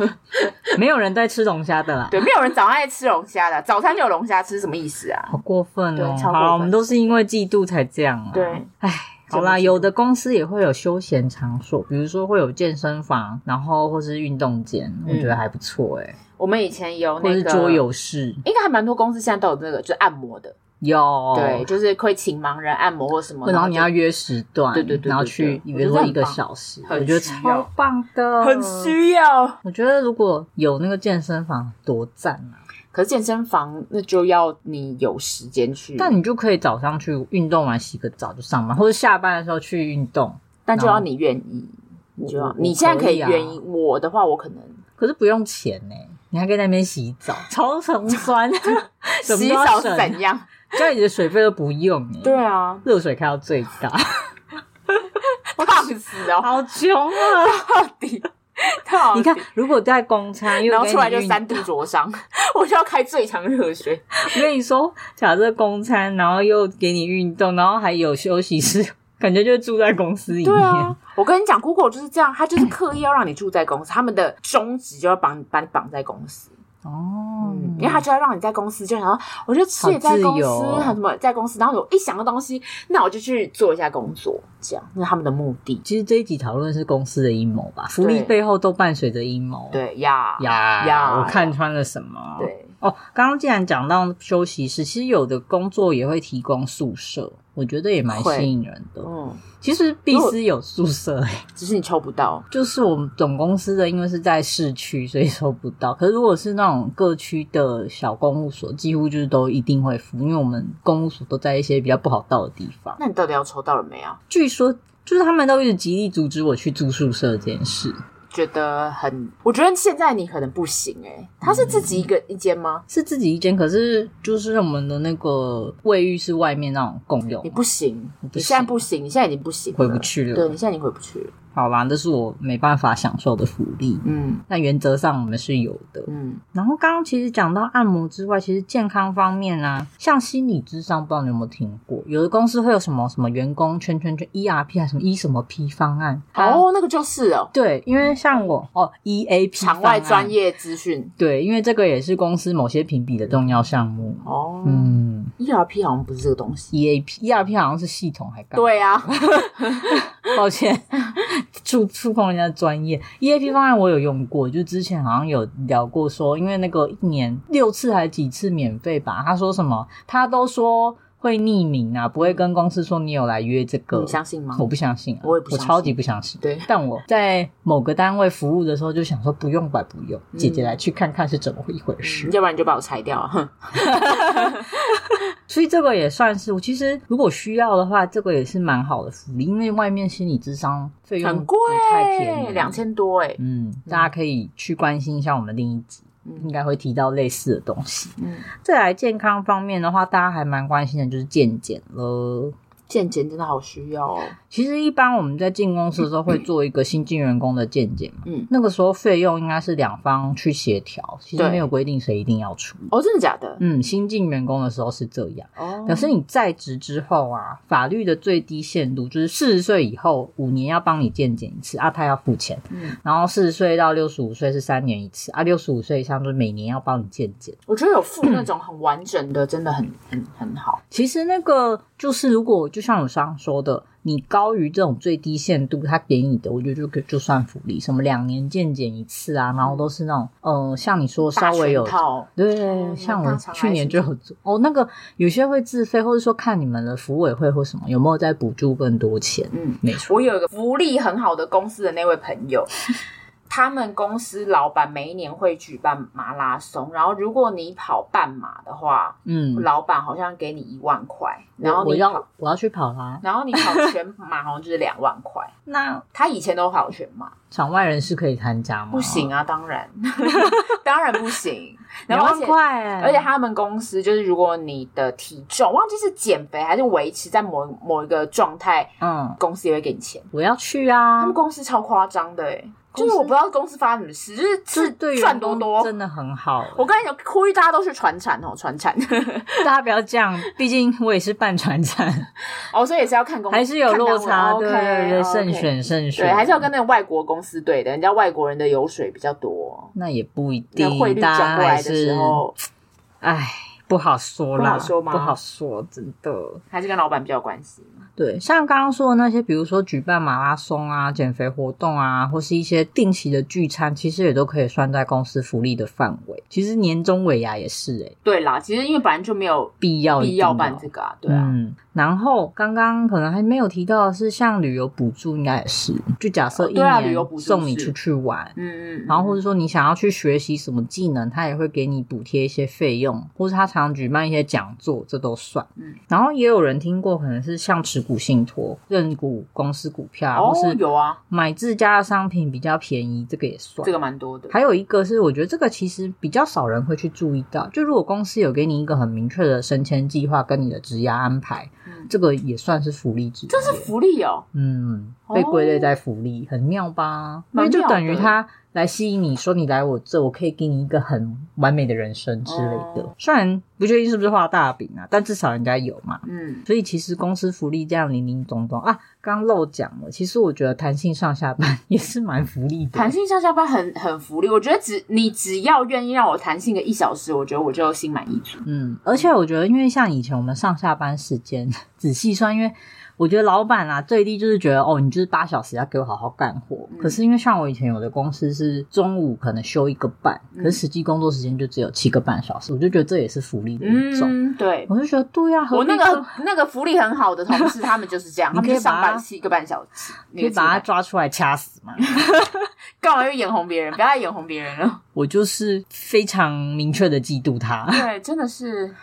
[SPEAKER 1] 没有人在吃龙虾的啦。
[SPEAKER 2] 对，没有人早上爱吃龙虾的，早餐就有龙虾吃，什么意思啊？
[SPEAKER 1] 好过分
[SPEAKER 2] 对
[SPEAKER 1] 哦！
[SPEAKER 2] 超过分
[SPEAKER 1] 好，我们都是因为嫉妒才这样啊。
[SPEAKER 2] 对，
[SPEAKER 1] 唉，好
[SPEAKER 2] 真
[SPEAKER 1] 啦，
[SPEAKER 2] 的是
[SPEAKER 1] 有的公司也会有休闲场所，比如说会有健身房，然后或是运动间，我觉得还不错哎、
[SPEAKER 2] 我们以前有
[SPEAKER 1] 或
[SPEAKER 2] 嗯那
[SPEAKER 1] 是
[SPEAKER 2] 个
[SPEAKER 1] 桌，游室，
[SPEAKER 2] 应该还蛮多公司现在都有那个，就是按摩的，
[SPEAKER 1] 有
[SPEAKER 2] 对，，就是会请盲人按摩或什么，
[SPEAKER 1] 哦然后你
[SPEAKER 2] 就
[SPEAKER 1] 要约时段，
[SPEAKER 2] 对对对对
[SPEAKER 1] 然后去，
[SPEAKER 2] 对
[SPEAKER 1] 比如说
[SPEAKER 2] 我觉得很棒
[SPEAKER 1] 一个小时，
[SPEAKER 2] 很
[SPEAKER 1] 我觉得
[SPEAKER 2] 需要
[SPEAKER 1] 超棒的，
[SPEAKER 2] 很需要。
[SPEAKER 1] 我觉得如果有那个健身房多赞啊！
[SPEAKER 2] 可是健身房那就要你有时间去，
[SPEAKER 1] 但你就可以早上去运动完洗个澡就上班，或者下班的时候去运动，
[SPEAKER 2] 但就要你愿意，你就要
[SPEAKER 1] 我
[SPEAKER 2] 你现在可以愿
[SPEAKER 1] 我可以啊
[SPEAKER 2] 意。我的话，我可能
[SPEAKER 1] 可是不用钱呢、你还可以在那边洗澡，超 穷酸，什么
[SPEAKER 2] 洗
[SPEAKER 1] 都要
[SPEAKER 2] 澡是
[SPEAKER 1] 省啊
[SPEAKER 2] 怎样？
[SPEAKER 1] 家里的水费都不用、欸，
[SPEAKER 2] 对，啊，
[SPEAKER 1] 热水开到最大，
[SPEAKER 2] 烫死 哦，
[SPEAKER 1] 好穷啊！
[SPEAKER 2] 到底，到底
[SPEAKER 1] 你看，如果在公餐，又
[SPEAKER 2] 然后
[SPEAKER 1] 给
[SPEAKER 2] 出来就
[SPEAKER 1] 运
[SPEAKER 2] 三度灼伤， 我就要开最强热 水。
[SPEAKER 1] 我跟你说，假设公餐，然后又给你运动，然后还有休息室，感觉就住在公司里面。
[SPEAKER 2] 对 啊，我跟你讲，Google 就是这样，他就是刻意要让你住在公司，他们的宗旨就要绑你把你绑在公司。
[SPEAKER 1] 哦
[SPEAKER 2] 嗯，因为他就要让你在公司，就想说，我就吃也在公
[SPEAKER 1] 好自由哦
[SPEAKER 2] 司，很什么在公司，然后我一想到东西，那我就去做一下工作，这样，那是他们的目的。
[SPEAKER 1] 其实这一集讨论是公司的阴谋吧，福利
[SPEAKER 2] 对
[SPEAKER 1] 背后都伴随着阴谋。
[SPEAKER 2] 对呀，
[SPEAKER 1] 呀
[SPEAKER 2] 呀
[SPEAKER 1] 我看穿了什么？。
[SPEAKER 2] 对，
[SPEAKER 1] 哦，刚刚既然讲到休息室，其实有的工作也会提供宿舍，我觉得也蛮
[SPEAKER 2] 会
[SPEAKER 1] 吸引人的。
[SPEAKER 2] 嗯，
[SPEAKER 1] 其实必斯有宿舍、欸，
[SPEAKER 2] 只是你抽不到，
[SPEAKER 1] 就是我们总公司的，因为是在市区，所以收不到。可是如果是那种各区的小公务所，几乎就是都一定会付，因为我们公务所都在一些比较不好到的地方。
[SPEAKER 2] 那你到底要抽到了没啊？
[SPEAKER 1] 据说就是他们都一直极力阻止我去住宿舍这件事，
[SPEAKER 2] 觉得很，我觉得现在你可能不行哎、他是自己一个一间吗？
[SPEAKER 1] 是自己一间，可是就是我们的那个卫浴是外面那种共用
[SPEAKER 2] 你，不行，
[SPEAKER 1] 不
[SPEAKER 2] 你现在
[SPEAKER 1] 行
[SPEAKER 2] 不行，你现在已经不行了，
[SPEAKER 1] 回不去了
[SPEAKER 2] 对你现在已经回不去了，
[SPEAKER 1] 好啦，这是我没办法享受的福利。
[SPEAKER 2] 嗯
[SPEAKER 1] 那原则上我们是有的。
[SPEAKER 2] 嗯，
[SPEAKER 1] 然后刚刚其实讲到按摩之外，其实健康方面啊，像心理智商，不知道你有没有听过？有的公司会有什么什么员工圈圈圈 ERP 还是什么 E 什么 P 方案？它，
[SPEAKER 2] 哦，那个就是哦，
[SPEAKER 1] 对，因为像我哦 EAP
[SPEAKER 2] 场外
[SPEAKER 1] 方案
[SPEAKER 2] 专，业资讯
[SPEAKER 1] 对，因为这个也是公司某些评比的重要项目。
[SPEAKER 2] 哦，
[SPEAKER 1] 嗯，E
[SPEAKER 2] ERP 好像不是这个东西。
[SPEAKER 1] ，EAP ERP 好像是系统还干嘛？
[SPEAKER 2] 对啊，
[SPEAKER 1] 抱歉， 触触碰人家的专业。EAP 方案我有用过，就之前好像有聊过说，因为那个一年六次还几次免费吧，他说什么，他都说会匿名啊，不会跟公司说你有来约这个
[SPEAKER 2] 你。相信吗？
[SPEAKER 1] 我不相信啊，
[SPEAKER 2] 我也不相信
[SPEAKER 1] 超级不相信。
[SPEAKER 2] 对
[SPEAKER 1] 但我在某个单位服务的时候，就想说不用吧，不
[SPEAKER 2] 嗯
[SPEAKER 1] 用，姐姐来去看看是怎么一回事。
[SPEAKER 2] 要不然你就把我裁掉啊。哼
[SPEAKER 1] 所以这个也算是，我其实如果需要的话，这个也是蛮好的福利，因为外面心理智商费用
[SPEAKER 2] 很贵
[SPEAKER 1] 也，太便宜了，
[SPEAKER 2] 两千多哎。
[SPEAKER 1] 嗯，大家可以去关心一下我们另一集，应
[SPEAKER 2] 嗯
[SPEAKER 1] 该会提到类似的东西。
[SPEAKER 2] 嗯，
[SPEAKER 1] 再来健康方面的话，大家还蛮关心的就是健检了。
[SPEAKER 2] 健检真的好需要哦。
[SPEAKER 1] 其实一般我们在进公司的时候会做一个新进员工的健检嘛，
[SPEAKER 2] 嗯，
[SPEAKER 1] 那个时候费用应该是两方去协调，其实
[SPEAKER 2] 对
[SPEAKER 1] 没有规定谁一定要出。
[SPEAKER 2] 哦，真的假的？
[SPEAKER 1] 嗯，新进员工的时候是这样，
[SPEAKER 2] 哦，
[SPEAKER 1] 嗯可是你在职之后啊，法律的最低限度就是四十岁以后五年要帮你健检一次啊，他要付钱。
[SPEAKER 2] 嗯
[SPEAKER 1] 然后四十岁到六十五岁是三年一次啊，六十五岁以上就是每年要帮你健检。
[SPEAKER 2] 我觉得有付那种很完整的，真的 很很很好。
[SPEAKER 1] 其实那个就是，如果就像我刚刚说的，你高于这种最低限度，他给你的，我觉得就就算福利，什么两年健检一次啊，然后都是那种，呃，像你说
[SPEAKER 2] 大
[SPEAKER 1] 稍微有
[SPEAKER 2] 全套，
[SPEAKER 1] 对，
[SPEAKER 2] 嗯
[SPEAKER 1] 像
[SPEAKER 2] 大
[SPEAKER 1] 我
[SPEAKER 2] 肠癌
[SPEAKER 1] 去年就有做哦，那个有些会自费，或者说看你们的服委会或什么有没有在补助更多钱。
[SPEAKER 2] 嗯，
[SPEAKER 1] 没错，
[SPEAKER 2] 我有一个福利很好的公司的那位朋 友，他们公司老板每一年会举办马拉松，然后如果你跑半马的话，
[SPEAKER 1] 嗯，
[SPEAKER 2] 老板好像给你一万块，然后
[SPEAKER 1] 我
[SPEAKER 2] 你跑
[SPEAKER 1] 要，我要去跑啦。
[SPEAKER 2] 然后你跑全马好像就是两万块。
[SPEAKER 1] 那
[SPEAKER 2] 他以前都跑全马，
[SPEAKER 1] 场外人士可以参加吗？
[SPEAKER 2] 不行啊，当然， 当然不行。然
[SPEAKER 1] 两
[SPEAKER 2] 后而
[SPEAKER 1] 万
[SPEAKER 2] 且
[SPEAKER 1] 块欸，
[SPEAKER 2] 而且他们公司就是，如果你的体重忘记是减肥还是维持在某某一个状态，
[SPEAKER 1] 嗯，
[SPEAKER 2] 公司也会给你钱。
[SPEAKER 1] 我要去啊
[SPEAKER 2] 他们。公司超夸张的、欸，
[SPEAKER 1] 公司
[SPEAKER 2] 就是我不知道公司发生什么事，就是
[SPEAKER 1] 就是对员
[SPEAKER 2] 赚多
[SPEAKER 1] 工
[SPEAKER 2] 多。
[SPEAKER 1] 真的很 好欸，
[SPEAKER 2] 我跟你讲，呼吁大家都去传产哦，传产
[SPEAKER 1] 大家不要这样，毕竟我也是半传产，
[SPEAKER 2] 哦，所以也是要看公司
[SPEAKER 1] 还是有落差，对对对，慎。
[SPEAKER 2] 看单位 OK，OK
[SPEAKER 1] 选慎选，
[SPEAKER 2] 对，还是要跟那种外国公司对的，人家外国人的油水比较多，
[SPEAKER 1] 那也不一定
[SPEAKER 2] 那，汇率
[SPEAKER 1] 大
[SPEAKER 2] 转
[SPEAKER 1] 家
[SPEAKER 2] 过来
[SPEAKER 1] 还
[SPEAKER 2] 的时
[SPEAKER 1] 是，
[SPEAKER 2] 候，
[SPEAKER 1] 哎，不好说啦，
[SPEAKER 2] 不好说吗
[SPEAKER 1] 不好说，真的。
[SPEAKER 2] 还是跟老板比较有关系。
[SPEAKER 1] 对，像刚刚说的那些，比如说举办马拉松啊、减肥活动啊，或是一些定期的聚餐，其实也都可以算在公司福利的范围。其实年终尾牙也是、欸，
[SPEAKER 2] 对啦，其实因为本来就没有
[SPEAKER 1] 必要一
[SPEAKER 2] 必
[SPEAKER 1] 定
[SPEAKER 2] 要办这个啊，对啊。
[SPEAKER 1] 嗯，然后刚刚可能还没有提到的是，像旅游补助应该也是，就假设一
[SPEAKER 2] 对啊旅游
[SPEAKER 1] 年
[SPEAKER 2] 补助
[SPEAKER 1] 送你
[SPEAKER 2] 是
[SPEAKER 1] 出去玩，
[SPEAKER 2] 嗯嗯，
[SPEAKER 1] 然后或者说你想要去学习什么技能，他也会给你补贴一些费用，或是他常举办一些讲座，这都算。
[SPEAKER 2] 嗯，
[SPEAKER 1] 然后也有人听过，可能是像持股信托、认股公司股票，
[SPEAKER 2] 哦
[SPEAKER 1] 或是
[SPEAKER 2] 有啊，
[SPEAKER 1] 买自家的商品比较便宜，这个也算。
[SPEAKER 2] 这个蛮多的。
[SPEAKER 1] 还有一个是，我觉得这个其实比较少人会去注意到，就如果公司有给你一个很明确的升迁计划跟你的职涯安排，
[SPEAKER 2] 嗯
[SPEAKER 1] 这个也算是福利制度。这
[SPEAKER 2] 这是福利哦，
[SPEAKER 1] 嗯，被归类在福利，很妙吧？因为就等于他来吸引你说你来我这，我可以给你一个很完美的人生之类的。
[SPEAKER 2] 哦
[SPEAKER 1] 虽然不确定是不是画大饼啊，但至少人家有嘛。
[SPEAKER 2] 嗯，
[SPEAKER 1] 所以其实公司福利这样零零总总啊，刚漏讲了。其实我觉得弹性上下班 也是蛮福利的。
[SPEAKER 2] 弹性上下班很很福利，我觉得只你只要愿意让我弹性个一小时，我觉得我就心满意足。
[SPEAKER 1] 嗯，而且我觉得，因为像以前我们上下班时间 仔细算，因为我觉得老板啊最低就是觉得哦，你就是八小时要给我好好干活。
[SPEAKER 2] 嗯
[SPEAKER 1] 可是因为像我以前有的公司是中午可能休一个半，
[SPEAKER 2] 嗯
[SPEAKER 1] 可是实际工作时间就只有七个半小时，我就觉得这也是福利的一种。
[SPEAKER 2] 嗯，对。
[SPEAKER 1] 我就觉得对呀、啊，
[SPEAKER 2] 我
[SPEAKER 1] 何必
[SPEAKER 2] 那
[SPEAKER 1] 说
[SPEAKER 2] 个那个福利很好的同事，他们就是这样，
[SPEAKER 1] 你
[SPEAKER 2] 他们就
[SPEAKER 1] 可以把
[SPEAKER 2] 上
[SPEAKER 1] 他
[SPEAKER 2] 班七个半小时，
[SPEAKER 1] 你可以把他抓出来掐死嘛？
[SPEAKER 2] 干嘛又眼红别人？不要再眼红别人了。
[SPEAKER 1] 我就是非常明确的嫉妒他。
[SPEAKER 2] 对，真的是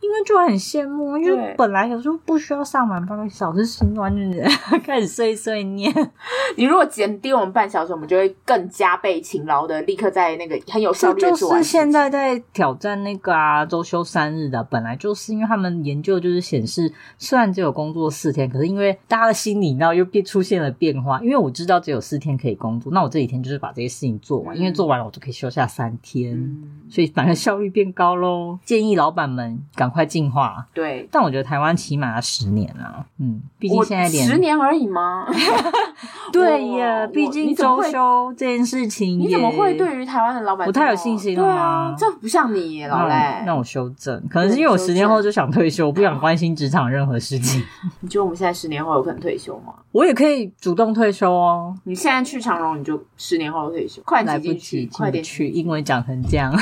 [SPEAKER 1] 因为就很羡慕，因
[SPEAKER 2] 对
[SPEAKER 1] 为本来有时候不需要上班八个小时，心软人 开始碎 碎念。
[SPEAKER 2] 你如果减低我们半小时，我们就会更加倍勤劳的，立刻在那个很有效
[SPEAKER 1] 这
[SPEAKER 2] 率的
[SPEAKER 1] 就
[SPEAKER 2] 做完
[SPEAKER 1] 是
[SPEAKER 2] 事情。
[SPEAKER 1] 现在在挑战那个啊周休三日的，本来就是因为他们研究就是显示，虽然只有工作四天，可是因为大家的心理闹又变出现了变化，因为我知道只有四天可以工作，那我这几天就是把这些事情做完，
[SPEAKER 2] 嗯
[SPEAKER 1] 因为做完了我就可以休下三天，
[SPEAKER 2] 嗯，
[SPEAKER 1] 所以反而效率变高喽。建议老板们赶快进化，
[SPEAKER 2] 对，
[SPEAKER 1] 但我觉得台湾起码要十年啊，嗯，毕竟
[SPEAKER 2] 我
[SPEAKER 1] 现在连
[SPEAKER 2] 十年而已吗？
[SPEAKER 1] 对
[SPEAKER 2] 我
[SPEAKER 1] 耶，毕
[SPEAKER 2] 你
[SPEAKER 1] 竟
[SPEAKER 2] 怎么
[SPEAKER 1] 周
[SPEAKER 2] 会
[SPEAKER 1] 休这件事情也，
[SPEAKER 2] 你怎么会对于台湾的老板
[SPEAKER 1] 不
[SPEAKER 2] 这么
[SPEAKER 1] 太有信心了
[SPEAKER 2] 对啊
[SPEAKER 1] 吗，
[SPEAKER 2] 这不像你耶，
[SPEAKER 1] 那
[SPEAKER 2] 老
[SPEAKER 1] 我
[SPEAKER 2] 赖。
[SPEAKER 1] 那我修正，可能是因为我十年后就想退休，我不想关心职场任何事情。
[SPEAKER 2] 你觉得我们现在十年后有可能退休吗？
[SPEAKER 1] 我也可以主动退休哦，
[SPEAKER 2] 你现在去长荣，你就十年后退休，快
[SPEAKER 1] 来
[SPEAKER 2] 挤
[SPEAKER 1] 不
[SPEAKER 2] 进
[SPEAKER 1] 及，
[SPEAKER 2] 去，
[SPEAKER 1] 进
[SPEAKER 2] 快
[SPEAKER 1] 不
[SPEAKER 2] 点
[SPEAKER 1] 去，英文讲成这样。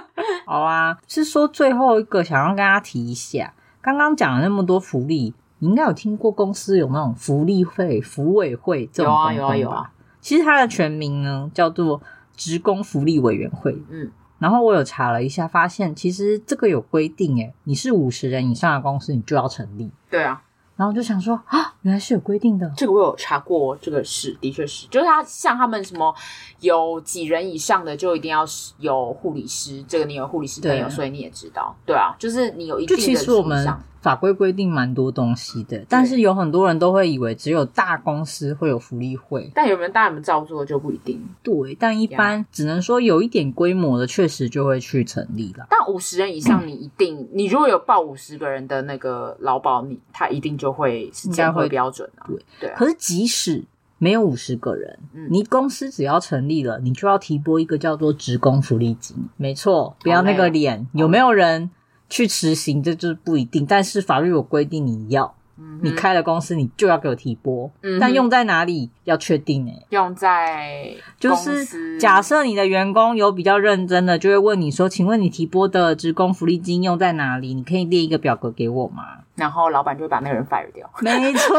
[SPEAKER 1] 好啊，是说最后一个想要跟大家提一下，刚刚讲了那么多福利，你应该有听过公司有那种福利会、福委会这种
[SPEAKER 2] 有啊
[SPEAKER 1] 东
[SPEAKER 2] 有啊
[SPEAKER 1] 东
[SPEAKER 2] 有
[SPEAKER 1] 吧
[SPEAKER 2] 啊。
[SPEAKER 1] 其实它的全名呢叫做职工福利委员会，
[SPEAKER 2] 嗯，
[SPEAKER 1] 然后我有查了一下，发现其实这个有规定，诶，你是五十人以上的公司，你就要成立。
[SPEAKER 2] 对啊，
[SPEAKER 1] 然后我就想说啊，原来是有规定的，
[SPEAKER 2] 这个我有查过，这个是的确是，就是他像他们什么有几人以上的就一定要是有护理师，这个你有护理师朋友，
[SPEAKER 1] 对啊
[SPEAKER 2] 所以你也知道，对啊，就是你有一
[SPEAKER 1] 就
[SPEAKER 2] 定的
[SPEAKER 1] 其实我们
[SPEAKER 2] 数上
[SPEAKER 1] 法规规定蛮多东西的，但是有很多人都会以为只有大公司会有福利会，
[SPEAKER 2] 但有没有大家有没有照做就不一定。
[SPEAKER 1] 对，但一般只能说有一点规模的确实就会去成立啦。
[SPEAKER 2] 但五十人以 上，你一定，你如果有报五十个人的那个劳保，你他一定就会是这样
[SPEAKER 1] 应该
[SPEAKER 2] 会
[SPEAKER 1] 会
[SPEAKER 2] 标准啊。对啊
[SPEAKER 1] 可是即使没有五十个人，
[SPEAKER 2] 嗯
[SPEAKER 1] 你公司只要成立了，你就要提拨一个叫做职工福利金。没错，不要那
[SPEAKER 2] 好累
[SPEAKER 1] 个
[SPEAKER 2] 哦
[SPEAKER 1] 脸，有没有人去执行这就是不一定，但是法律有规定你要。
[SPEAKER 2] 嗯哼
[SPEAKER 1] 你开了公司，你就要给我提拨，
[SPEAKER 2] 嗯哼
[SPEAKER 1] 但用在哪里要确定诶、
[SPEAKER 2] 用在
[SPEAKER 1] 就
[SPEAKER 2] 公
[SPEAKER 1] 是
[SPEAKER 2] 司
[SPEAKER 1] 假设你的员工有比较认真的，就会问你说：“请问你提拨的职工福利金用在哪里？你可以列一个表格给我 吗
[SPEAKER 2] 然后老板就会把那个人 fire 掉。？”
[SPEAKER 1] 没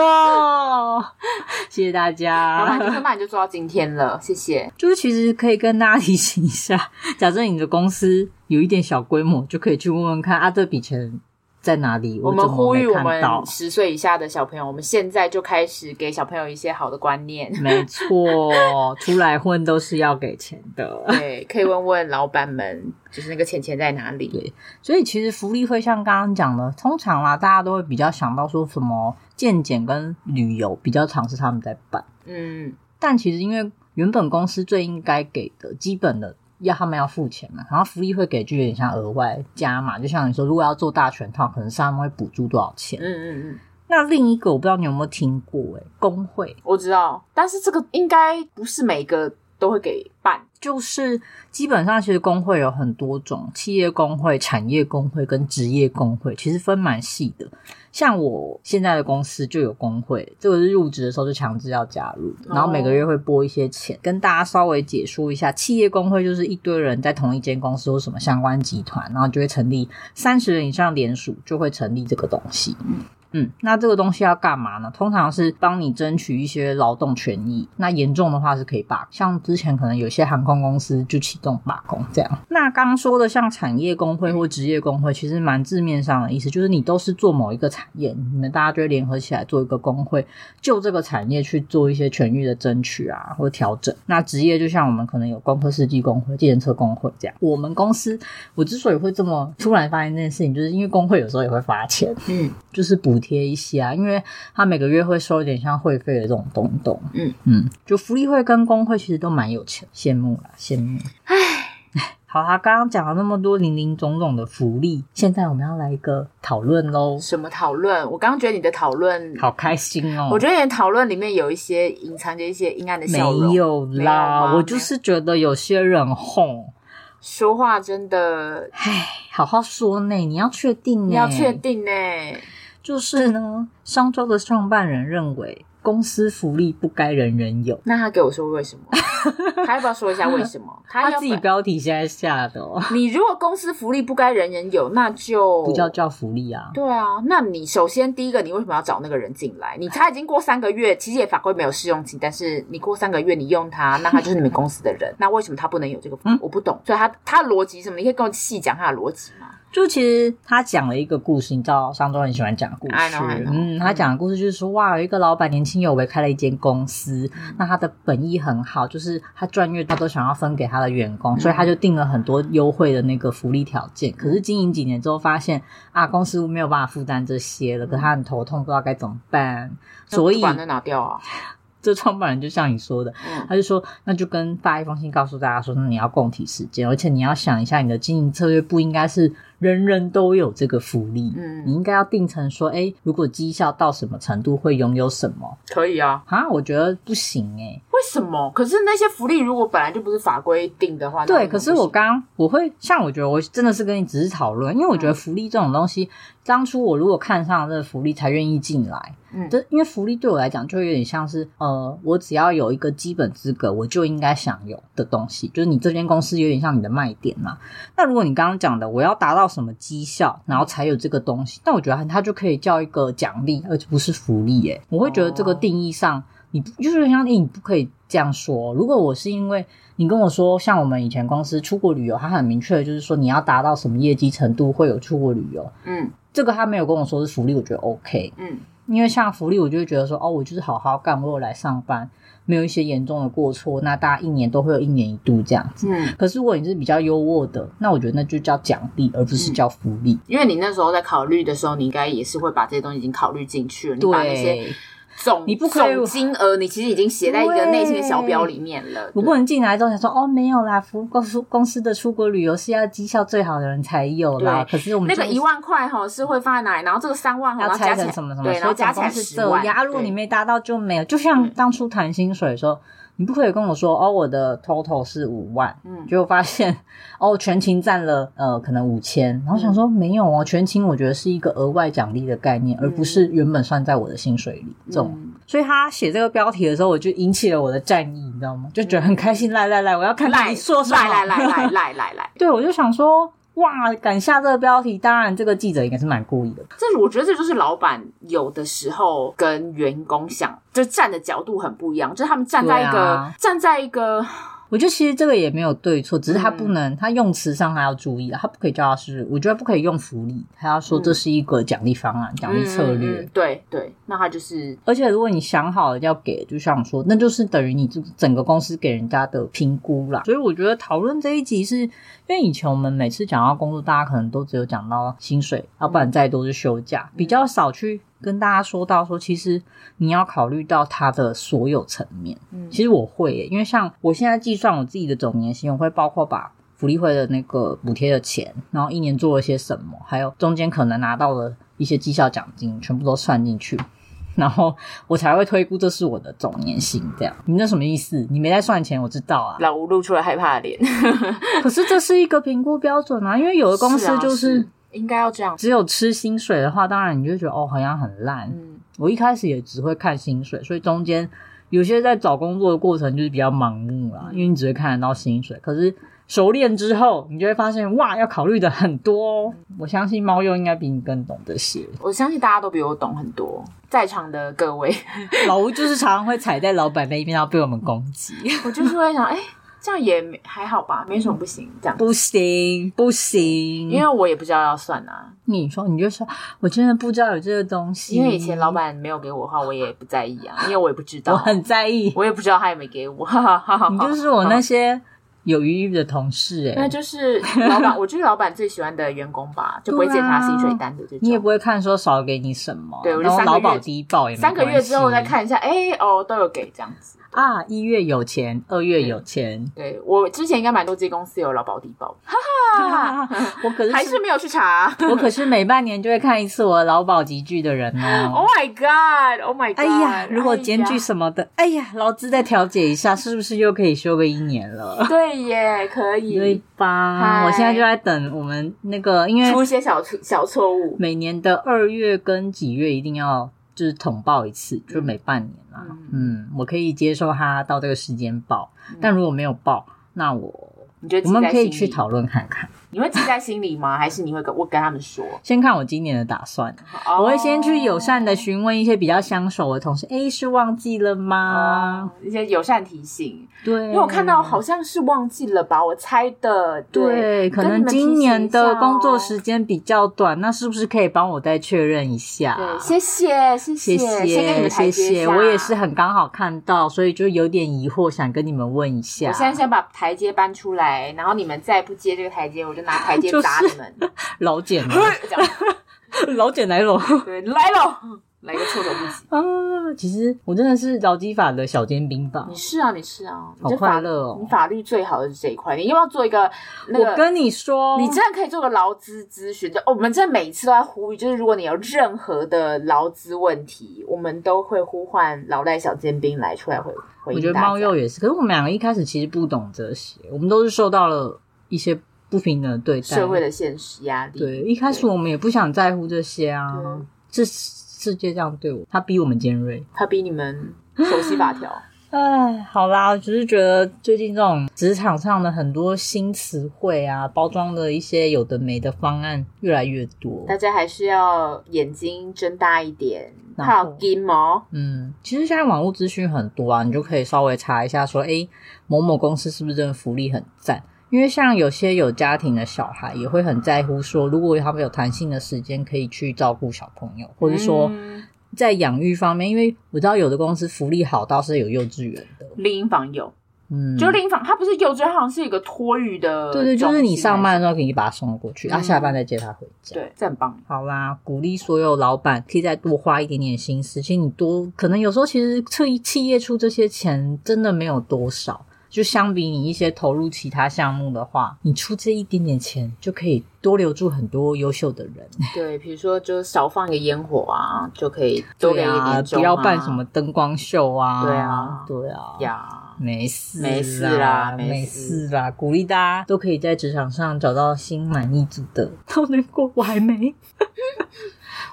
[SPEAKER 1] 错，谢谢大
[SPEAKER 2] 老板就
[SPEAKER 1] 家。
[SPEAKER 2] 说：“那你就做到今天了，谢谢。
[SPEAKER 1] 就是其实可以跟大家提醒一下，假设你的公司有一点小规模，就可以去问问看啊，这笔钱在哪里？”
[SPEAKER 2] 我们
[SPEAKER 1] 怎么
[SPEAKER 2] 呼吁
[SPEAKER 1] 没
[SPEAKER 2] 我
[SPEAKER 1] 看
[SPEAKER 2] 们
[SPEAKER 1] 到。
[SPEAKER 2] 十岁以下的小朋友，我们现在就开始给小朋友一些好的观 念。
[SPEAKER 1] 没错，出来混都是要给钱的。
[SPEAKER 2] 对，可以问问老板们，就是那个钱钱在哪里？
[SPEAKER 1] 对所以其实福利会像刚刚讲的，通常啦，大家都会比较想到说什么健检跟旅游比较常是他们在办，
[SPEAKER 2] 嗯，
[SPEAKER 1] 但其实因为原本公司最应该给的基本的要他们要付钱嘛，然后福利会给就有点像额外加码，就像你说，如果要做大全套，可能是他们会补助多少钱。
[SPEAKER 2] 嗯嗯嗯，
[SPEAKER 1] 那另一个我不知道你有没有听过、欸，工会
[SPEAKER 2] 我知道，但是这个应该不是每个都会给办。
[SPEAKER 1] 就是基本上，其实工会有很多种，企业工会、产业工会跟职业工会，其实分蛮细的。像我现在的公司就有工会，这个是入职的时候就强制要加入的，
[SPEAKER 2] 哦
[SPEAKER 1] 然后每个月会拨一些钱，跟大家稍微解说一下。企业工会就是一堆人在同一间公司或什么相关集团，然后就会成立三十人以上联署，就会成立这个东西。嗯，那这个东西要干嘛呢？通常是帮你争取一些劳动权益。那严重的话是可以罢，像之前可能有些航空公司就启动罢工这样。那刚刚说的像产业工会或职业工会，其实蛮字面上的意思，就是你都是做某一个产业，你们大家就会联合起来做一个工会，就这个产业去做一些权益的争取啊，或调整。那职业就像我们可能有工科司机工会、计程车工会这样。我们公司我之所以会这么突然发现这件事情，就是因为工会有时候也会发钱。
[SPEAKER 2] 嗯，
[SPEAKER 1] 就是补贴一些啊，因为他每个月会收一点像会费的这种东东。
[SPEAKER 2] 嗯
[SPEAKER 1] 嗯，就福利会跟工会其实都蛮有钱，羡慕啦，羡慕。唉， 好啦，刚刚讲了那么多零零总总的福利，现在我们要来一个讨论喽，
[SPEAKER 2] 什么讨论？我刚刚觉得你的讨论，
[SPEAKER 1] 好开心哦！
[SPEAKER 2] 我觉得你的讨论里面有一些隐藏着一些阴暗的笑容。
[SPEAKER 1] 没有
[SPEAKER 2] 没有吗
[SPEAKER 1] 啦，我就是觉得有些人哄，
[SPEAKER 2] 说话真的
[SPEAKER 1] 唉，好好说呢，你要确定呢，
[SPEAKER 2] 你要确定呢、
[SPEAKER 1] 就是呢，商周的创办人认为公司福利不该人人有。
[SPEAKER 2] 那他给我说为 什么？他要不要说一下为什么？他要
[SPEAKER 1] 他
[SPEAKER 2] 不
[SPEAKER 1] 自己标题现在下的哦，
[SPEAKER 2] 你如果公司福利不该人人有，那就
[SPEAKER 1] 不叫叫福利啊。
[SPEAKER 2] 对啊，那你首先第一个，你为什么要找那个人进来？你他已经过三个月，其实也法规没有试用期，但是你过三个月你用 他，那他就是你们公司的人，那为什么他不能有这个
[SPEAKER 1] 嗯
[SPEAKER 2] 服务？我不懂，所以他他的逻辑是什么？你可以跟我细讲他的逻辑吗？
[SPEAKER 1] 就其实他讲了一个故事，你知道商周很喜欢讲故事
[SPEAKER 2] I know, I know。
[SPEAKER 1] 嗯，他讲的故事就是说，哇，有一个老板年轻有为开了一间公司，
[SPEAKER 2] 嗯
[SPEAKER 1] 那他的本意很好，就是他赚越多都想要分给他的员工，所以
[SPEAKER 2] 嗯
[SPEAKER 1] 他就定了很多优惠的那个福利条件。可是经营几年之后，发现啊，公司没有办法负担这些了，可他很头痛，不知道该怎么办。所以
[SPEAKER 2] 管他拿掉啊，
[SPEAKER 1] 这创办人就像你说的，
[SPEAKER 2] 嗯，
[SPEAKER 1] 他就说，那就跟发一封信告诉大家说，那你要共体时间，而且你要想一下，你的经营策略不应该是人人都有这个福利，
[SPEAKER 2] 嗯
[SPEAKER 1] 你应该要定成说，哎，如果绩效到什么程度会拥有什么
[SPEAKER 2] 可以啊。
[SPEAKER 1] 啊？我觉得不行哎、
[SPEAKER 2] 为什么？可是那些福利如果本来就不是法规定的话，那
[SPEAKER 1] 对，
[SPEAKER 2] 你们
[SPEAKER 1] 可是
[SPEAKER 2] 不
[SPEAKER 1] 我
[SPEAKER 2] 行
[SPEAKER 1] 刚刚我会像我觉得我真的是跟你只是讨论，因为我
[SPEAKER 2] 嗯
[SPEAKER 1] 觉得福利这种东西，当初我如果看上了这个福利才愿意进来，
[SPEAKER 2] 嗯
[SPEAKER 1] 这因为福利对我来讲就有点像是呃，我只要有一个基本资格，我就应该享有的东西，就是你这间公司有点像你的卖点嘛。那如果你刚刚讲的，我要达到什么绩效，然后才有这个东西，那我觉得它就可以叫一个奖励，而不是福利耶。我会觉得这个
[SPEAKER 2] 哦
[SPEAKER 1] 定义上。你不就是像你不可以这样说。哦如果我是因为你跟我说，像我们以前公司出国旅游，它很明确的就是说你要达到什么业绩程度会有出国旅游，
[SPEAKER 2] 嗯
[SPEAKER 1] 这个他没有跟我说是福利，我觉得 OK。
[SPEAKER 2] 嗯
[SPEAKER 1] 因为像福利，我就会觉得说，哦，我就是好好干，我有来上班，没有一些严重的过错，那大家一年都会有一年一度这样子。
[SPEAKER 2] 嗯，
[SPEAKER 1] 可是如果你是比较优渥的，那我觉得那就叫奖励，而不是
[SPEAKER 2] 嗯
[SPEAKER 1] 叫福利。
[SPEAKER 2] 因为你那时候在考虑的时候，你应该也是会把这些东西已经考虑进去了，你把那些
[SPEAKER 1] 对，
[SPEAKER 2] 总
[SPEAKER 1] 你不可以
[SPEAKER 2] 总金额，你其实已经写在一个
[SPEAKER 1] 对
[SPEAKER 2] 内心的小表里面了。
[SPEAKER 1] 我
[SPEAKER 2] 对
[SPEAKER 1] 不能进来之后想说，哦，没有啦，福公司公司的出国旅游是要绩效最好的人才有啦。可是我们
[SPEAKER 2] 那
[SPEAKER 1] 就
[SPEAKER 2] 个一。万块哈是会放在哪里，然后这个三万哈，
[SPEAKER 1] 要
[SPEAKER 2] 然后
[SPEAKER 1] 拆
[SPEAKER 2] 加起来
[SPEAKER 1] 成什么什么，
[SPEAKER 2] 对，然后
[SPEAKER 1] 所以
[SPEAKER 2] 加
[SPEAKER 1] 总
[SPEAKER 2] 起来
[SPEAKER 1] 共是
[SPEAKER 2] 十
[SPEAKER 1] 这
[SPEAKER 2] 万。
[SPEAKER 1] 样。啊如果
[SPEAKER 2] 对嗯
[SPEAKER 1] 你没达到就没有，就像当初谈薪水的时候，你不可以跟我说哦，我的 total 是五万，
[SPEAKER 2] 嗯
[SPEAKER 1] 结果发现哦，全勤占了呃可能五千，然后想说没有哦，全勤我觉得是一个额外奖励的概念，而不是原本算在我的薪水里这种。
[SPEAKER 2] 嗯
[SPEAKER 1] 嗯所以他写这个标题的时候，我就引起了我的战意，你知道吗？就觉得很开心，来来嗯来，我要看看
[SPEAKER 2] 赖
[SPEAKER 1] 你说什么。
[SPEAKER 2] 赖赖赖赖赖赖赖，
[SPEAKER 1] 对，我就想说，哇，敢下这个标题，当然这个记者应该是蛮故意的。
[SPEAKER 2] 这我觉得这就是老板有的时候跟员工想就站的角度很不一样，就是他们站在一
[SPEAKER 1] 对
[SPEAKER 2] 个
[SPEAKER 1] 啊
[SPEAKER 2] 站在一个
[SPEAKER 1] 我觉得其实这个也没有对错，只是他不能，他用词上他要注意啊，他不可以叫他是，我觉得不可以用福利，他要说这是一个奖励方案、奖励策略。
[SPEAKER 2] 嗯嗯嗯对对，那他就是
[SPEAKER 1] 而且，如果你想好了要给，就像我说，那就是等于你这整个公司给人家的评估啦。所以我觉得讨论这一集是，因为以前我们每次讲到工作，大家可能都只有讲到薪水，要不然再多是休假，比较少去跟大家说到说，其实你要考虑到它的所有层面。
[SPEAKER 2] 嗯
[SPEAKER 1] 其实我会耶、因为像我现在计算我自己的总年薪，我会包括把福利会的那个补贴的钱，然后一年做了些什么，还有中间可能拿到了一些绩效奖金，全部都算进去，然后我才会推估这是我的总年薪。这样，你那什么意思？你没在算钱，我知道啊。
[SPEAKER 2] 老吴露出了害怕的脸。
[SPEAKER 1] 可是这是一个评估标准啊，因为有 的公司
[SPEAKER 2] 啊
[SPEAKER 1] 就是
[SPEAKER 2] 应该要这样。
[SPEAKER 1] 只有吃薪水的话，当然你就觉得哦，好像很烂。
[SPEAKER 2] 嗯，
[SPEAKER 1] 我一开始也只会看薪水，所以中间有些在找工作的过程就是比较盲目啦，因为你只会看得到薪水。可是熟练之后，你就会发现哇，要考虑的很多哦。我相信猫又应该比你更懂这些。
[SPEAKER 2] 我相信大家都比我懂很多，在场的各位，
[SPEAKER 1] 老吴就是常常会踩在老板那一边，然后被我们攻击。
[SPEAKER 2] 我就是会想，哎、这样也没还好吧，没什么不行这样。
[SPEAKER 1] 不行，不行！
[SPEAKER 2] 因为我也不知道要算啊，
[SPEAKER 1] 你说，你就说，我真的不知道有这个东西。
[SPEAKER 2] 因为以前老板没有给我的话，我也不在意啊，因为我也不知
[SPEAKER 1] 我
[SPEAKER 2] 道，
[SPEAKER 1] 很在意，
[SPEAKER 2] 我也不知道他有没有给我。哈哈哈哈
[SPEAKER 1] 你就是我那些有余裕的同事、欸，
[SPEAKER 2] 那就是老 板，我就是老板最喜欢的员工吧，就不会检查薪水单的这种。
[SPEAKER 1] 啊你也不会看说少给你什么，
[SPEAKER 2] 对我就
[SPEAKER 1] 然后
[SPEAKER 2] 三个
[SPEAKER 1] 劳
[SPEAKER 2] 月
[SPEAKER 1] 保低报也没
[SPEAKER 2] 三个月
[SPEAKER 1] 关系
[SPEAKER 2] 之后再看一下，哎、哦，都有给这样子。
[SPEAKER 1] 啊，一月有钱，二月有钱，
[SPEAKER 2] 对我之前应该蛮多这些公司有劳保低保，哈哈，
[SPEAKER 1] 我可是
[SPEAKER 2] 还是没有去查。
[SPEAKER 1] 我可是每半年就会看一次我的劳保集聚的人哦。
[SPEAKER 2] Oh my god! Oh my god!
[SPEAKER 1] 哎呀，如果检
[SPEAKER 2] 哎
[SPEAKER 1] 举
[SPEAKER 2] 呀
[SPEAKER 1] 什么的，哎呀，劳资再调解一下，是不是又可以休个一年 了？
[SPEAKER 2] 对耶，可
[SPEAKER 1] 对
[SPEAKER 2] 以
[SPEAKER 1] 吧？
[SPEAKER 2] 嗨
[SPEAKER 1] 我现在就在等我们那个，因
[SPEAKER 2] 出
[SPEAKER 1] 为
[SPEAKER 2] 一些小错小错误。
[SPEAKER 1] 每年的二月跟几月一定要就是统报一次，就是每半年啦。嗯，我可以接受他到这个时间报，
[SPEAKER 2] 嗯
[SPEAKER 1] 但如果没有报，那我
[SPEAKER 2] 你觉得
[SPEAKER 1] 我们可以
[SPEAKER 2] 去
[SPEAKER 1] 去讨论看看。
[SPEAKER 2] 你会记在心里吗？还是你会跟我跟他们说？
[SPEAKER 1] 先看我今年的打算，
[SPEAKER 2] 哦
[SPEAKER 1] 我会先去友善的询问一些比较相熟的同事，诶，是忘记了
[SPEAKER 2] 哦
[SPEAKER 1] 吗？
[SPEAKER 2] 一些友善提醒，
[SPEAKER 1] 对，
[SPEAKER 2] 因为我看
[SPEAKER 1] 嗯
[SPEAKER 2] 到好像是忘记了吧，我猜的。
[SPEAKER 1] 对，可
[SPEAKER 2] 跟你
[SPEAKER 1] 能
[SPEAKER 2] 们提醒
[SPEAKER 1] 今年的
[SPEAKER 2] 一下哦
[SPEAKER 1] 工作时间比较短，那是不是可以帮我再确认一下？
[SPEAKER 2] 对，谢谢，谢
[SPEAKER 1] 啊谢
[SPEAKER 2] 谢先给你
[SPEAKER 1] 谢
[SPEAKER 2] 们台阶
[SPEAKER 1] 谢谢，
[SPEAKER 2] 下
[SPEAKER 1] 我也是。很刚好看到，所以就有点疑惑，想跟你们问一下。
[SPEAKER 2] 我现在先把台阶搬出来，然后你们再不接这个台阶，我就拿台阶
[SPEAKER 1] 就是
[SPEAKER 2] 砸你们。
[SPEAKER 1] 老 简呢，
[SPEAKER 2] 这样
[SPEAKER 1] 老简来了
[SPEAKER 2] 对，来了，来个措手不 及。
[SPEAKER 1] 啊！其实我真的是劳基法的小尖兵吧
[SPEAKER 2] 你。是啊，你是啊，你
[SPEAKER 1] 好
[SPEAKER 2] 这
[SPEAKER 1] 快
[SPEAKER 2] 法
[SPEAKER 1] 乐哦
[SPEAKER 2] 你法律最好的是这一块，你要不要做一个那个？
[SPEAKER 1] 我跟你说，
[SPEAKER 2] 你真的可以做个劳资咨询，就、哦、我们真的每一次都在呼吁，就是如果你有任何的劳资问题，我们都会呼唤老赖小尖兵来出来回回
[SPEAKER 1] 我
[SPEAKER 2] 应
[SPEAKER 1] 觉得
[SPEAKER 2] 大
[SPEAKER 1] 猫
[SPEAKER 2] 家。
[SPEAKER 1] 鼬也是，可是我们两个一开始其实不懂这些，我们都是受到了一些不平等的对待。
[SPEAKER 2] 社会的现实压力，
[SPEAKER 1] 对，一开始我们也不想在乎这些啊
[SPEAKER 2] 对。
[SPEAKER 1] 这世界这样对我，他逼我们尖锐。
[SPEAKER 2] 他比你们熟悉法条。
[SPEAKER 1] 哎，好啦，只是觉得最近这种职场上的很多新词汇啊，包装的一些有的没的方案越来越多。
[SPEAKER 2] 大家还是要眼睛睁大一点，哦
[SPEAKER 1] 然
[SPEAKER 2] 怕
[SPEAKER 1] 后
[SPEAKER 2] 有金毛。
[SPEAKER 1] 嗯，其实现在网络资讯很多啊，你就可以稍微查一下说，诶，某某公司是不是真的福利很赞？因为像有些有家庭的小孩也会很在乎说，如果他们有弹性的时间，可以去照顾小朋友，或者说
[SPEAKER 2] 嗯
[SPEAKER 1] 在养育方面，因为我知道有的公司福利好到是有幼稚园的，
[SPEAKER 2] 另一房有，
[SPEAKER 1] 嗯，
[SPEAKER 2] 就另一房，它不是幼稚园，它好像是一个托育的中心
[SPEAKER 1] 对
[SPEAKER 2] 还是，
[SPEAKER 1] 对，就是你上班的时候可以把他送过
[SPEAKER 2] 嗯
[SPEAKER 1] 去，然后下班再接他回家。
[SPEAKER 2] 对，这很棒。
[SPEAKER 1] 好啦，鼓励所有老板可以再多花一点点心思。其实你多可能有时候其实企企业出这些钱真的没有多少，就相比你一些投入其他项目的话，你出这一点点钱就可以多留住很多优秀的人。
[SPEAKER 2] 对，比如说就少放一个烟火啊，就可以多给一个
[SPEAKER 1] 啊，
[SPEAKER 2] 年终、
[SPEAKER 1] 不要办什么灯光秀啊。
[SPEAKER 2] 对啊
[SPEAKER 1] 对啊。
[SPEAKER 2] 呀。
[SPEAKER 1] 没事，
[SPEAKER 2] 没事
[SPEAKER 1] 啦
[SPEAKER 2] 啦，
[SPEAKER 1] 没
[SPEAKER 2] 没
[SPEAKER 1] 事
[SPEAKER 2] 事
[SPEAKER 1] 啦，鼓励大家都可以在职场上找到心满意足 的。好难过，我还没。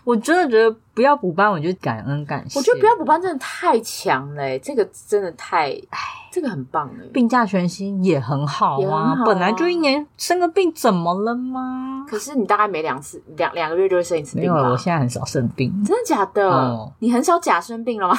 [SPEAKER 1] 我真的觉得不要补班，我就感恩感谢。
[SPEAKER 2] 我觉得不要补班真的太强了、欸，这个真的太，哎，这个很棒哎、
[SPEAKER 1] 病假全薪也很好
[SPEAKER 2] 也很
[SPEAKER 1] 啊，
[SPEAKER 2] 好啊
[SPEAKER 1] 本来就一年生个病怎么了吗？
[SPEAKER 2] 可是你大概每两次两两个月就会生一次
[SPEAKER 1] 没
[SPEAKER 2] 病
[SPEAKER 1] 有了，
[SPEAKER 2] 吧
[SPEAKER 1] 我？现在很少生病。
[SPEAKER 2] 真的假的？
[SPEAKER 1] 哦
[SPEAKER 2] 你很少假生病了吗？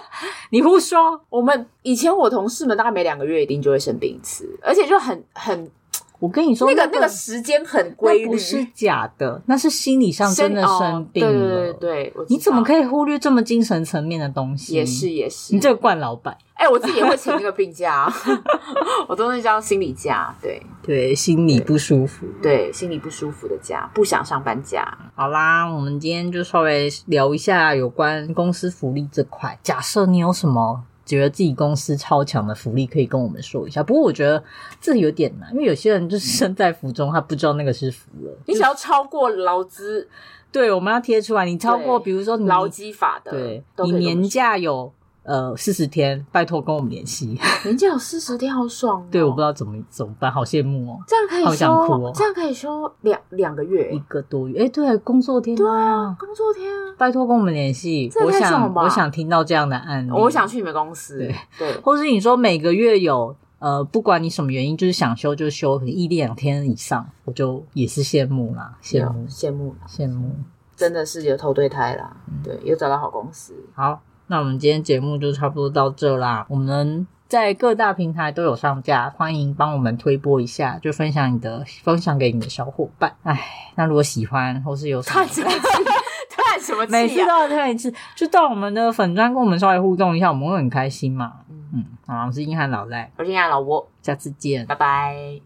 [SPEAKER 1] 你胡说，
[SPEAKER 2] 我们以前我同事们大概每两个月一定就会生病一次，而且就很很
[SPEAKER 1] 我跟你说，
[SPEAKER 2] 那个
[SPEAKER 1] 那
[SPEAKER 2] 那个时间很规
[SPEAKER 1] 那
[SPEAKER 2] 律，
[SPEAKER 1] 不是假的，那是心理上真的生病
[SPEAKER 2] 哦、
[SPEAKER 1] 了。
[SPEAKER 2] 对对对对，我知道
[SPEAKER 1] 你怎么可以忽略这么精神层面的东西？
[SPEAKER 2] 也是，也是？
[SPEAKER 1] 你这个惯老板。
[SPEAKER 2] 哎、我自己也会请那个病假、啊， 我都是叫心理假，对
[SPEAKER 1] 对，心里不舒服。
[SPEAKER 2] 对，心里不舒服的假，不想上班假。
[SPEAKER 1] 好啦，我们今天就稍微聊一下有关公司福利这块。假设你有什么觉得自己公司超强的福利，可以跟我们说一下。不过我觉得这有点难，因为有些人就是身在福中，他不知道那个是福了。
[SPEAKER 2] 你只要超过劳资
[SPEAKER 1] 对，我们要贴出来。你超过，
[SPEAKER 2] 对
[SPEAKER 1] 比如说你
[SPEAKER 2] 劳基法的，
[SPEAKER 1] 嗯对
[SPEAKER 2] 都
[SPEAKER 1] 你
[SPEAKER 2] 可以
[SPEAKER 1] 年假有呃四十天，拜托跟我们联系。
[SPEAKER 2] 年假有四十天，好爽、哦。
[SPEAKER 1] 对，我不知道怎么怎么办，好羡慕哦。
[SPEAKER 2] 这样可以
[SPEAKER 1] 好
[SPEAKER 2] 休，
[SPEAKER 1] 想哭哦
[SPEAKER 2] 这样可以休两两个
[SPEAKER 1] 一
[SPEAKER 2] 月
[SPEAKER 1] 个多月，哎，对，工作天对啊，
[SPEAKER 2] 工作天啊。
[SPEAKER 1] 拜托跟我们联系。
[SPEAKER 2] 这
[SPEAKER 1] 我
[SPEAKER 2] 太爽
[SPEAKER 1] 想
[SPEAKER 2] 了吧
[SPEAKER 1] 我想听到这样的案例，
[SPEAKER 2] 我想去你们公司，
[SPEAKER 1] 嗯对
[SPEAKER 2] 对
[SPEAKER 1] 或是你说每个月有呃，不管你什么原因，就是想休就休，可能一两天以上，我就也是羡慕啦，羡慕
[SPEAKER 2] 啊羡慕，
[SPEAKER 1] 羡慕。
[SPEAKER 2] 真的是有投对胎啦，
[SPEAKER 1] 嗯
[SPEAKER 2] 对，有找到好公 司，
[SPEAKER 1] 好，那我们今天节目就差不多到这啦。我们在各大平台都有上架，欢迎帮我们推播一下，就分享你的分享给你的小伙伴。哎，那如果喜欢或是有什么
[SPEAKER 2] 叹什么气？叹什么
[SPEAKER 1] 每次
[SPEAKER 2] 气
[SPEAKER 1] 都
[SPEAKER 2] 啊？
[SPEAKER 1] 要看一次，就到我们的粉砖跟我们稍微互动一下，我们会很开心嘛。
[SPEAKER 2] 嗯嗯，好，我是硬汉老赖，
[SPEAKER 1] 我是亚老窝，
[SPEAKER 2] 下次见。
[SPEAKER 1] 拜拜。